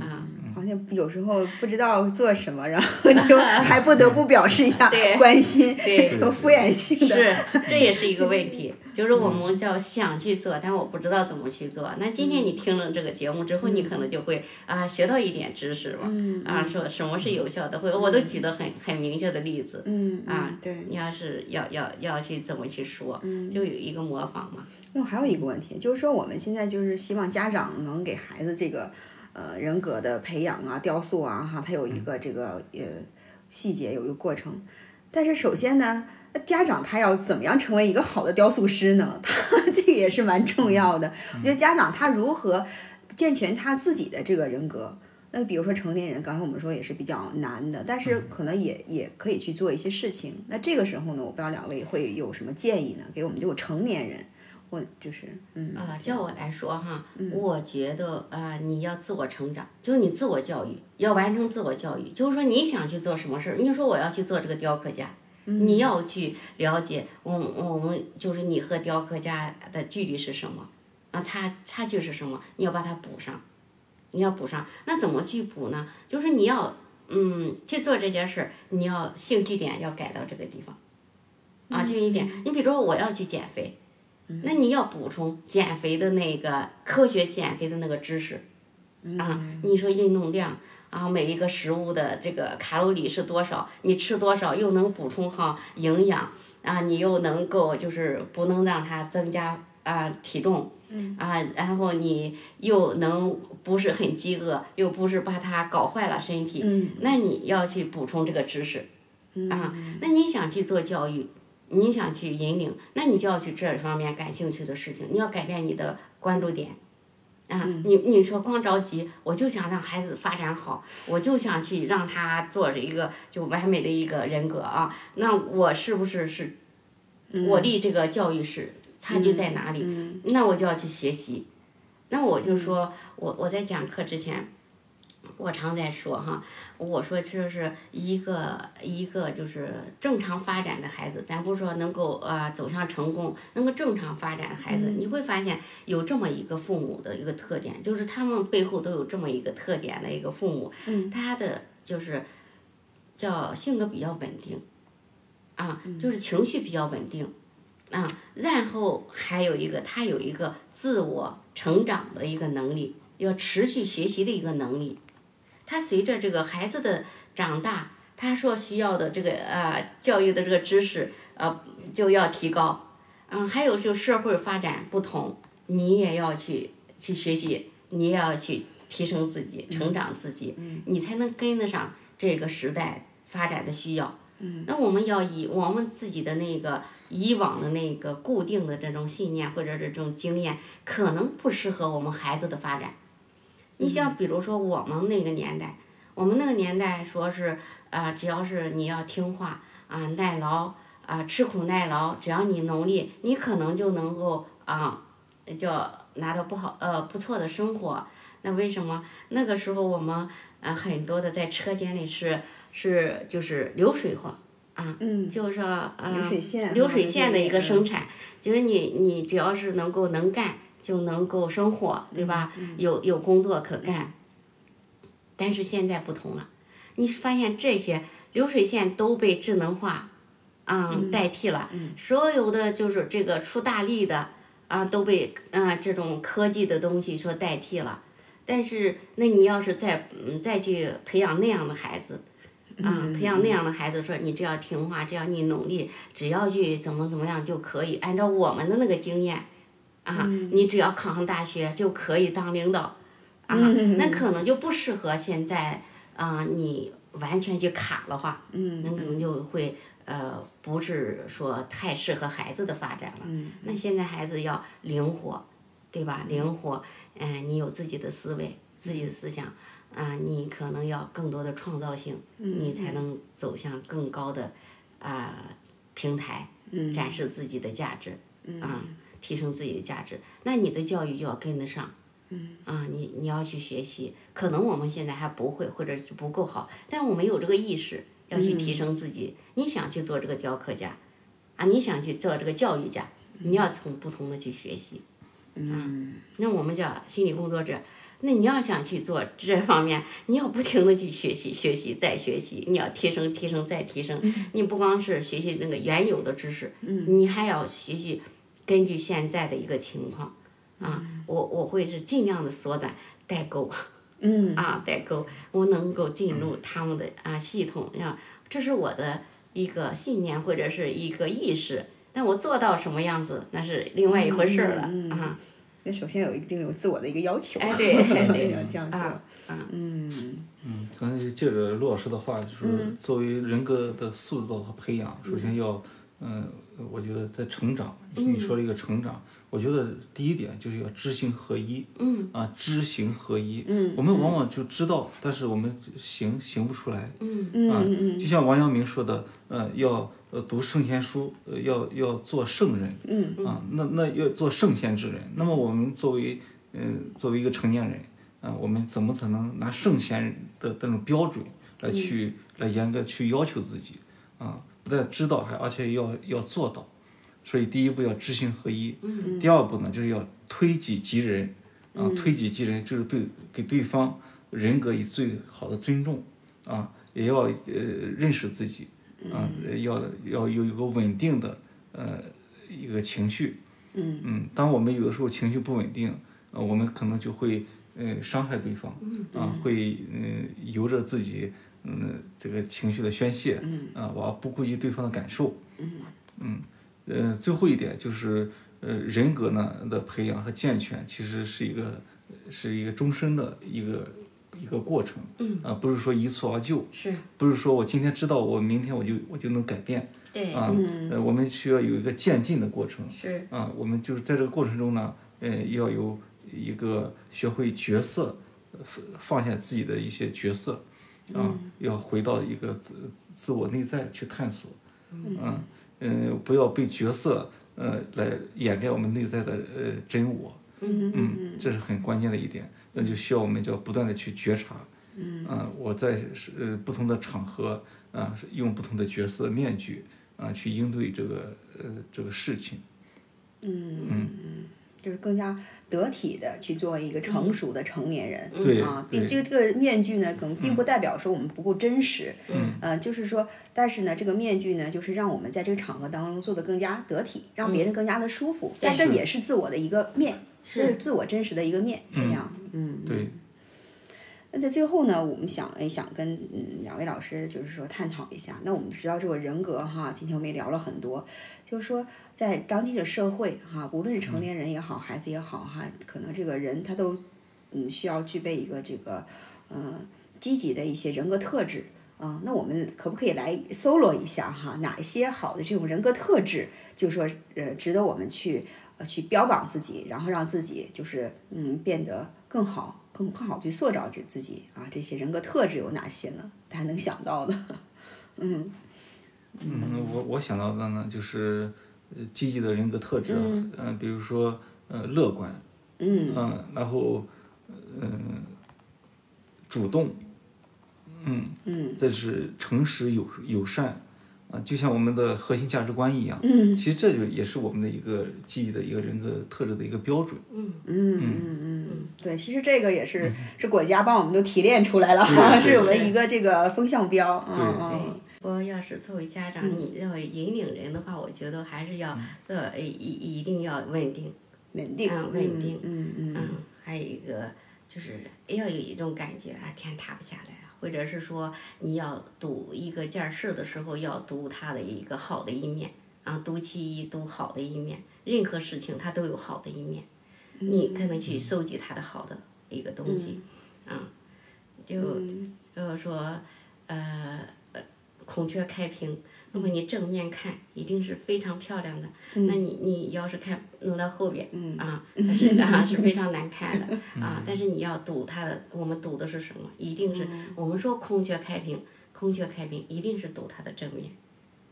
啊。好像有时候不知道做什么，然后就 还不得不表示一下关心，对有敷衍性的。是，这也是一个问题， 就是我们叫想去做，但我不知道怎么去做。那今天你听了这个节目之后，你可能就会啊学到一点知识嘛，啊说什么是有效的，或者我都举得很很明确的例子。嗯啊，对。嗯你要是要要要去怎么去说，就有一个模仿嘛。那还有一个问题，就是说我们现在就是希望家长能给孩子这个呃人格的培养啊、雕塑啊，哈，它有嗯一个这个呃细节，有一个过程。但是首先呢，那家长他要怎么样成为一个好的雕塑师呢？ 他这个也是蛮嗯重要的。我觉得家长他如何健全他自己的这个人格。那比如说成年人，刚才我们说也是比较难的，但嗯是可能也也可以去做一些事情。那这个时候呢，我不知道两位会有什么建议呢？给我们这种成年人，或就是嗯啊，叫我来说哈，我觉得啊、你要自我成长，就是你自我教育，要完成自我教育，就是说你想去做什么事儿，你就说我要去做这个雕刻家，你要去了解我们我们就是你和雕刻家的距离是什么啊，差差距是什么，你要把它补上，你要补上，那怎么去补呢？就是你要嗯去做这件事儿，你要兴趣点要改到这个地方，啊，兴趣点，你比如说我要去减肥。那你要补充减肥的那个科学减肥的那个知识，啊，你说运动量啊，每一个食物的这个卡路里是多少，你吃多少又能补充好营养啊，你又能够就是不能让它增加啊体重，啊，然后你又能不是很饥饿，又不是把它搞坏了身体，那你要去补充这个知识，啊，那你想去做教育，你想去引领，那你就要去这方面感兴趣的事情，你要改变你的关注点。啊，你你说光着急，我就想让孩子发展好，我就想去让他做着一个就完美的一个人格啊，那我是不是是，嗯我离这个教育是差距在哪里？那我就要去学习。那我就说，我我在讲课之前，我常在说哈，我说其实是一个一个就是正常发展的孩子，咱不说能够呃走向成功，能够正常发展的孩子，你会发现有这么一个父母的一个特点，就是他们背后都有这么一个特点的一个父母，他的就是叫性格比较稳定，啊，就是情绪比较稳定。啊，然后还有一个，他有一个自我成长的一个能力，要持续学习的一个能力。他随着这个孩子的长大，他所需要的这个呃教育的这个知识呃就要提高，嗯，还有就社会发展不同，你也要去去学习，你也要去提升自己，成长自己，你才能跟得上这个时代发展的需要。嗯，那我们要以我们自己的那个以往的那个固定的这种信念或者这种经验，可能不适合我们孩子的发展。你像比如说我们那个年代，我们那个年代说是啊、只要是你要听话啊、耐劳啊、吃苦耐劳，只要你努力，你可能就能够啊、叫拿到不好呃不错的生活。那为什么那个时候我们呃很多的在车间里是是就是流水活啊，嗯，就是说呃流水线流哈水那线些的一个嗯生产，就是你你只要是能够能干，就能够生活，对吧？嗯有有工作可干。但是现在不同了，你发现这些流水线都被智能化，啊、嗯代替了，所有的就是这个出大力的啊都被啊、这种科技的东西所代替了。但是，那你要是再嗯再去培养那样的孩子，啊，嗯培养那样的孩子说，你只要听话，只要你努力，只要去怎么怎么样就可以。按照我们的那个经验，啊，你只要考上大学就可以当领导，啊，那可能就不适合现在啊、你完全去卡的话，嗯，那可能就会呃，不是说太适合孩子的发展了。嗯，那现在孩子要灵活，对吧？灵活，嗯、你有自己的思维，自己的思想。啊，你可能要更多的创造性，嗯你才能走向更高的啊、平台，嗯展示自己的价值，啊，提升自己的价值。那你的教育就要跟得上，啊，你你要去学习。可能我们现在还不会，或者是不够好，但我们有这个意识，要嗯去提升自己。你想去做这个雕刻家，啊，你想去做这个教育家，你要从不同的去学习。嗯，那我们叫心理工作者，那你要想去做这方面，你要不停的去学习，学习再学习，你要提升、提升再提升。你不光是学习那个原有的知识，你还要学习根据现在的一个情况啊，我我会是尽量的缩短代沟。嗯啊，代沟，我能够进入他们的啊系统，啊，这是我的一个信念或者是一个意识，但我做到什么样子，那是另外一回事儿了、嗯嗯嗯啊。那首先有一定有自我的一个要求，啊 哎对对要这样做，啊嗯嗯，可能就借着陆老师的话，就是作为人格的塑造和培养，首先要，嗯、我觉得在成长，你说了一个成长，我觉得第一点就是要知行合一，嗯，啊，知行合一，嗯，我们往往就知道，但是我们行行不出来，嗯啊，就像王阳明说的，呃，要呃读圣贤书，呃，要要做圣人，嗯啊，那那要做圣贤之人，那么我们作为，嗯、作为一个成年人。嗯，我们怎么才能拿圣贤的那种标准来去、来严格去要求自己啊？不但知道，还而且要要做到。所以第一步要知行合一，第二步呢就是要推己及人啊，推己及人就是对给对方人格以最好的尊重啊，也要呃认识自己啊，要要有一个稳定的呃一个情绪。嗯当我们有的时候情绪不稳定，呃，我们可能就会呃伤害对方，啊，会嗯、由着自己嗯这个情绪的宣泄，嗯啊，我不顾及对方的感受，嗯呃，最后一点就是呃人格呢的培养和健全，其实是一个是一个终身的一个一个过程，啊，不是说一蹴而就，嗯是不是说我今天知道，我明天我就我就能改变，对嗯啊，呃，我们需要有一个渐进的过程，是啊，我们就是在这个过程中呢，呃，要有一个学会角色，呃放下自己的一些角色，啊，要回到一个自自我内在去探索，嗯、啊，呃，不要被角色呃来掩盖我们内在的呃真我，嗯嗯，这是很关键的一点，那就需要我们就要不断的去觉察，嗯、我在是呃不同的场合啊、是用不同的角色面具啊、去应对这个呃这个事情。就是更加得体的去做一个嗯成熟的成年人。对啊，并对这个这个面具呢，可能并不代表说我们不够真实，嗯，呃，就是说，但是呢，这个面具呢，就是让我们在这个场合当中做的更加得体，让嗯别人更加的舒服，但这也是自我的一个面，这是自我真实的一个面，这样，嗯，对，那在最后呢，我们想也想跟嗯两位老师就是说探讨一下。那我们知道这个人格哈，今天我们也聊了很多，就是说在当今的社会哈，无论是成年人也好，孩子也好哈，可能这个人他都嗯需要具备一个这个嗯、呃积极的一些人格特质。啊、那我们可不可以来搜罗一下哈，哪一些好的这种人格特质，就是说呃，值得我们去呃去标榜自己，然后让自己就是嗯变得更好，更更好去塑造这自己啊，这些人格特质有哪些呢？大家能想到的，嗯嗯，我我想到的呢就是呃积极的人格特质啊，嗯、比如说呃乐观，嗯嗯、然后嗯、主动，嗯嗯，这是诚实友友善啊、就像我们的核心价值观一样，嗯其实这就也是我们的一个记忆的一个人格特质的一个标准，嗯嗯嗯， 对，其实这个也是是国家帮我们都提炼出来了， 是我们一个这个风向标，嗯嗯。 不过要是作为家长，你要引领人的话，我觉得还是要嗯做呃一一定要稳定，啊稳定，嗯稳定嗯嗯嗯嗯，还有一个就是要有一种感觉啊，天塌不下来啊，或者是说你要读一个件儿事的时候，要读它的一个好的一面啊，读其一，读好的一面。任何事情它都有好的一面，你可能去搜集它的好的一个东西，啊，就就是说呃呃孔雀开屏。如果你正面看，一定是非常漂亮的。那你你要是看挪到后边，啊，但是啊是非常难看的啊。但是你要赌它的，我们赌的是什么？一定是我们说孔雀开屏，孔雀开屏一定是赌它的正面。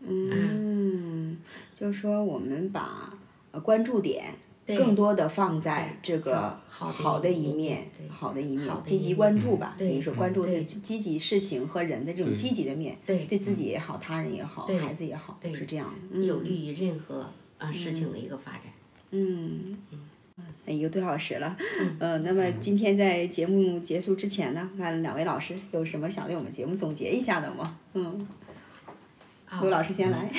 嗯，就是说我们把呃关注点更多的放在这个好的的一一面面对，好的一面好，的积一极面关注吧，对嗯等于说关注对积积极事情和人的这种积极的面，对对自己也好，他人也好，对孩子也好，对是这样的。嗯有利于任何啊事情的一个发展。嗯，那一个多小时了，嗯呃，那么今天在节目结束之前呢，看两位老师有什么想为我们节目总结一下的吗？嗯，刘老师先来。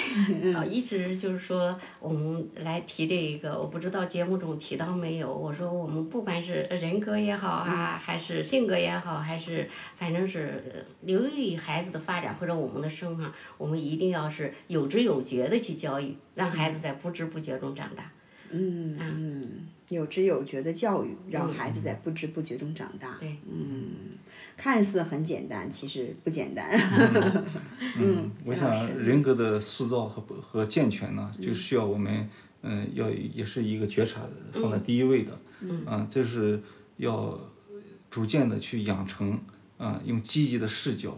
啊，一直就是说我们来提这一个，我不知道节目中提到没有。我说我们不管是人格也好啊，还是性格也好，还是反正是呃留意孩子的发展或者我们的生哈，我们一定要是有知有觉的去教育，让孩子在不知不觉中长大。嗯嗯，有知有觉的教育，让孩子在不知不觉中长大。对，嗯，看似很简单，其实不简单。嗯，我陈老想师人格的塑造和和健全呢，就需要我们嗯、要也是一个觉察放在第一位的，嗯，啊，这是要逐渐的去养成，啊、用积极的视角，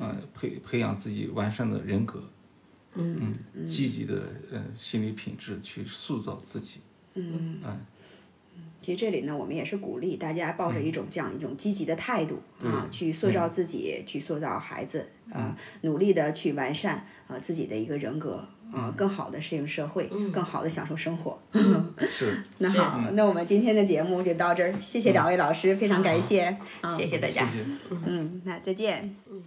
啊、培培养自己完善的人格，嗯，积极的呃心理品质去塑造自 己，嗯，啊、其实这里呢，我们也是鼓励大家抱着一种这样一种积极的态度啊，去塑造自己，去塑造孩子啊，努力的去完善啊自己的一个人格啊，更好的适应社会，更好的享受生活。是。那好，那我们今天的节目就到这儿，谢谢两位老师，非常感谢，啊谢谢大家。谢谢嗯，那再见。嗯。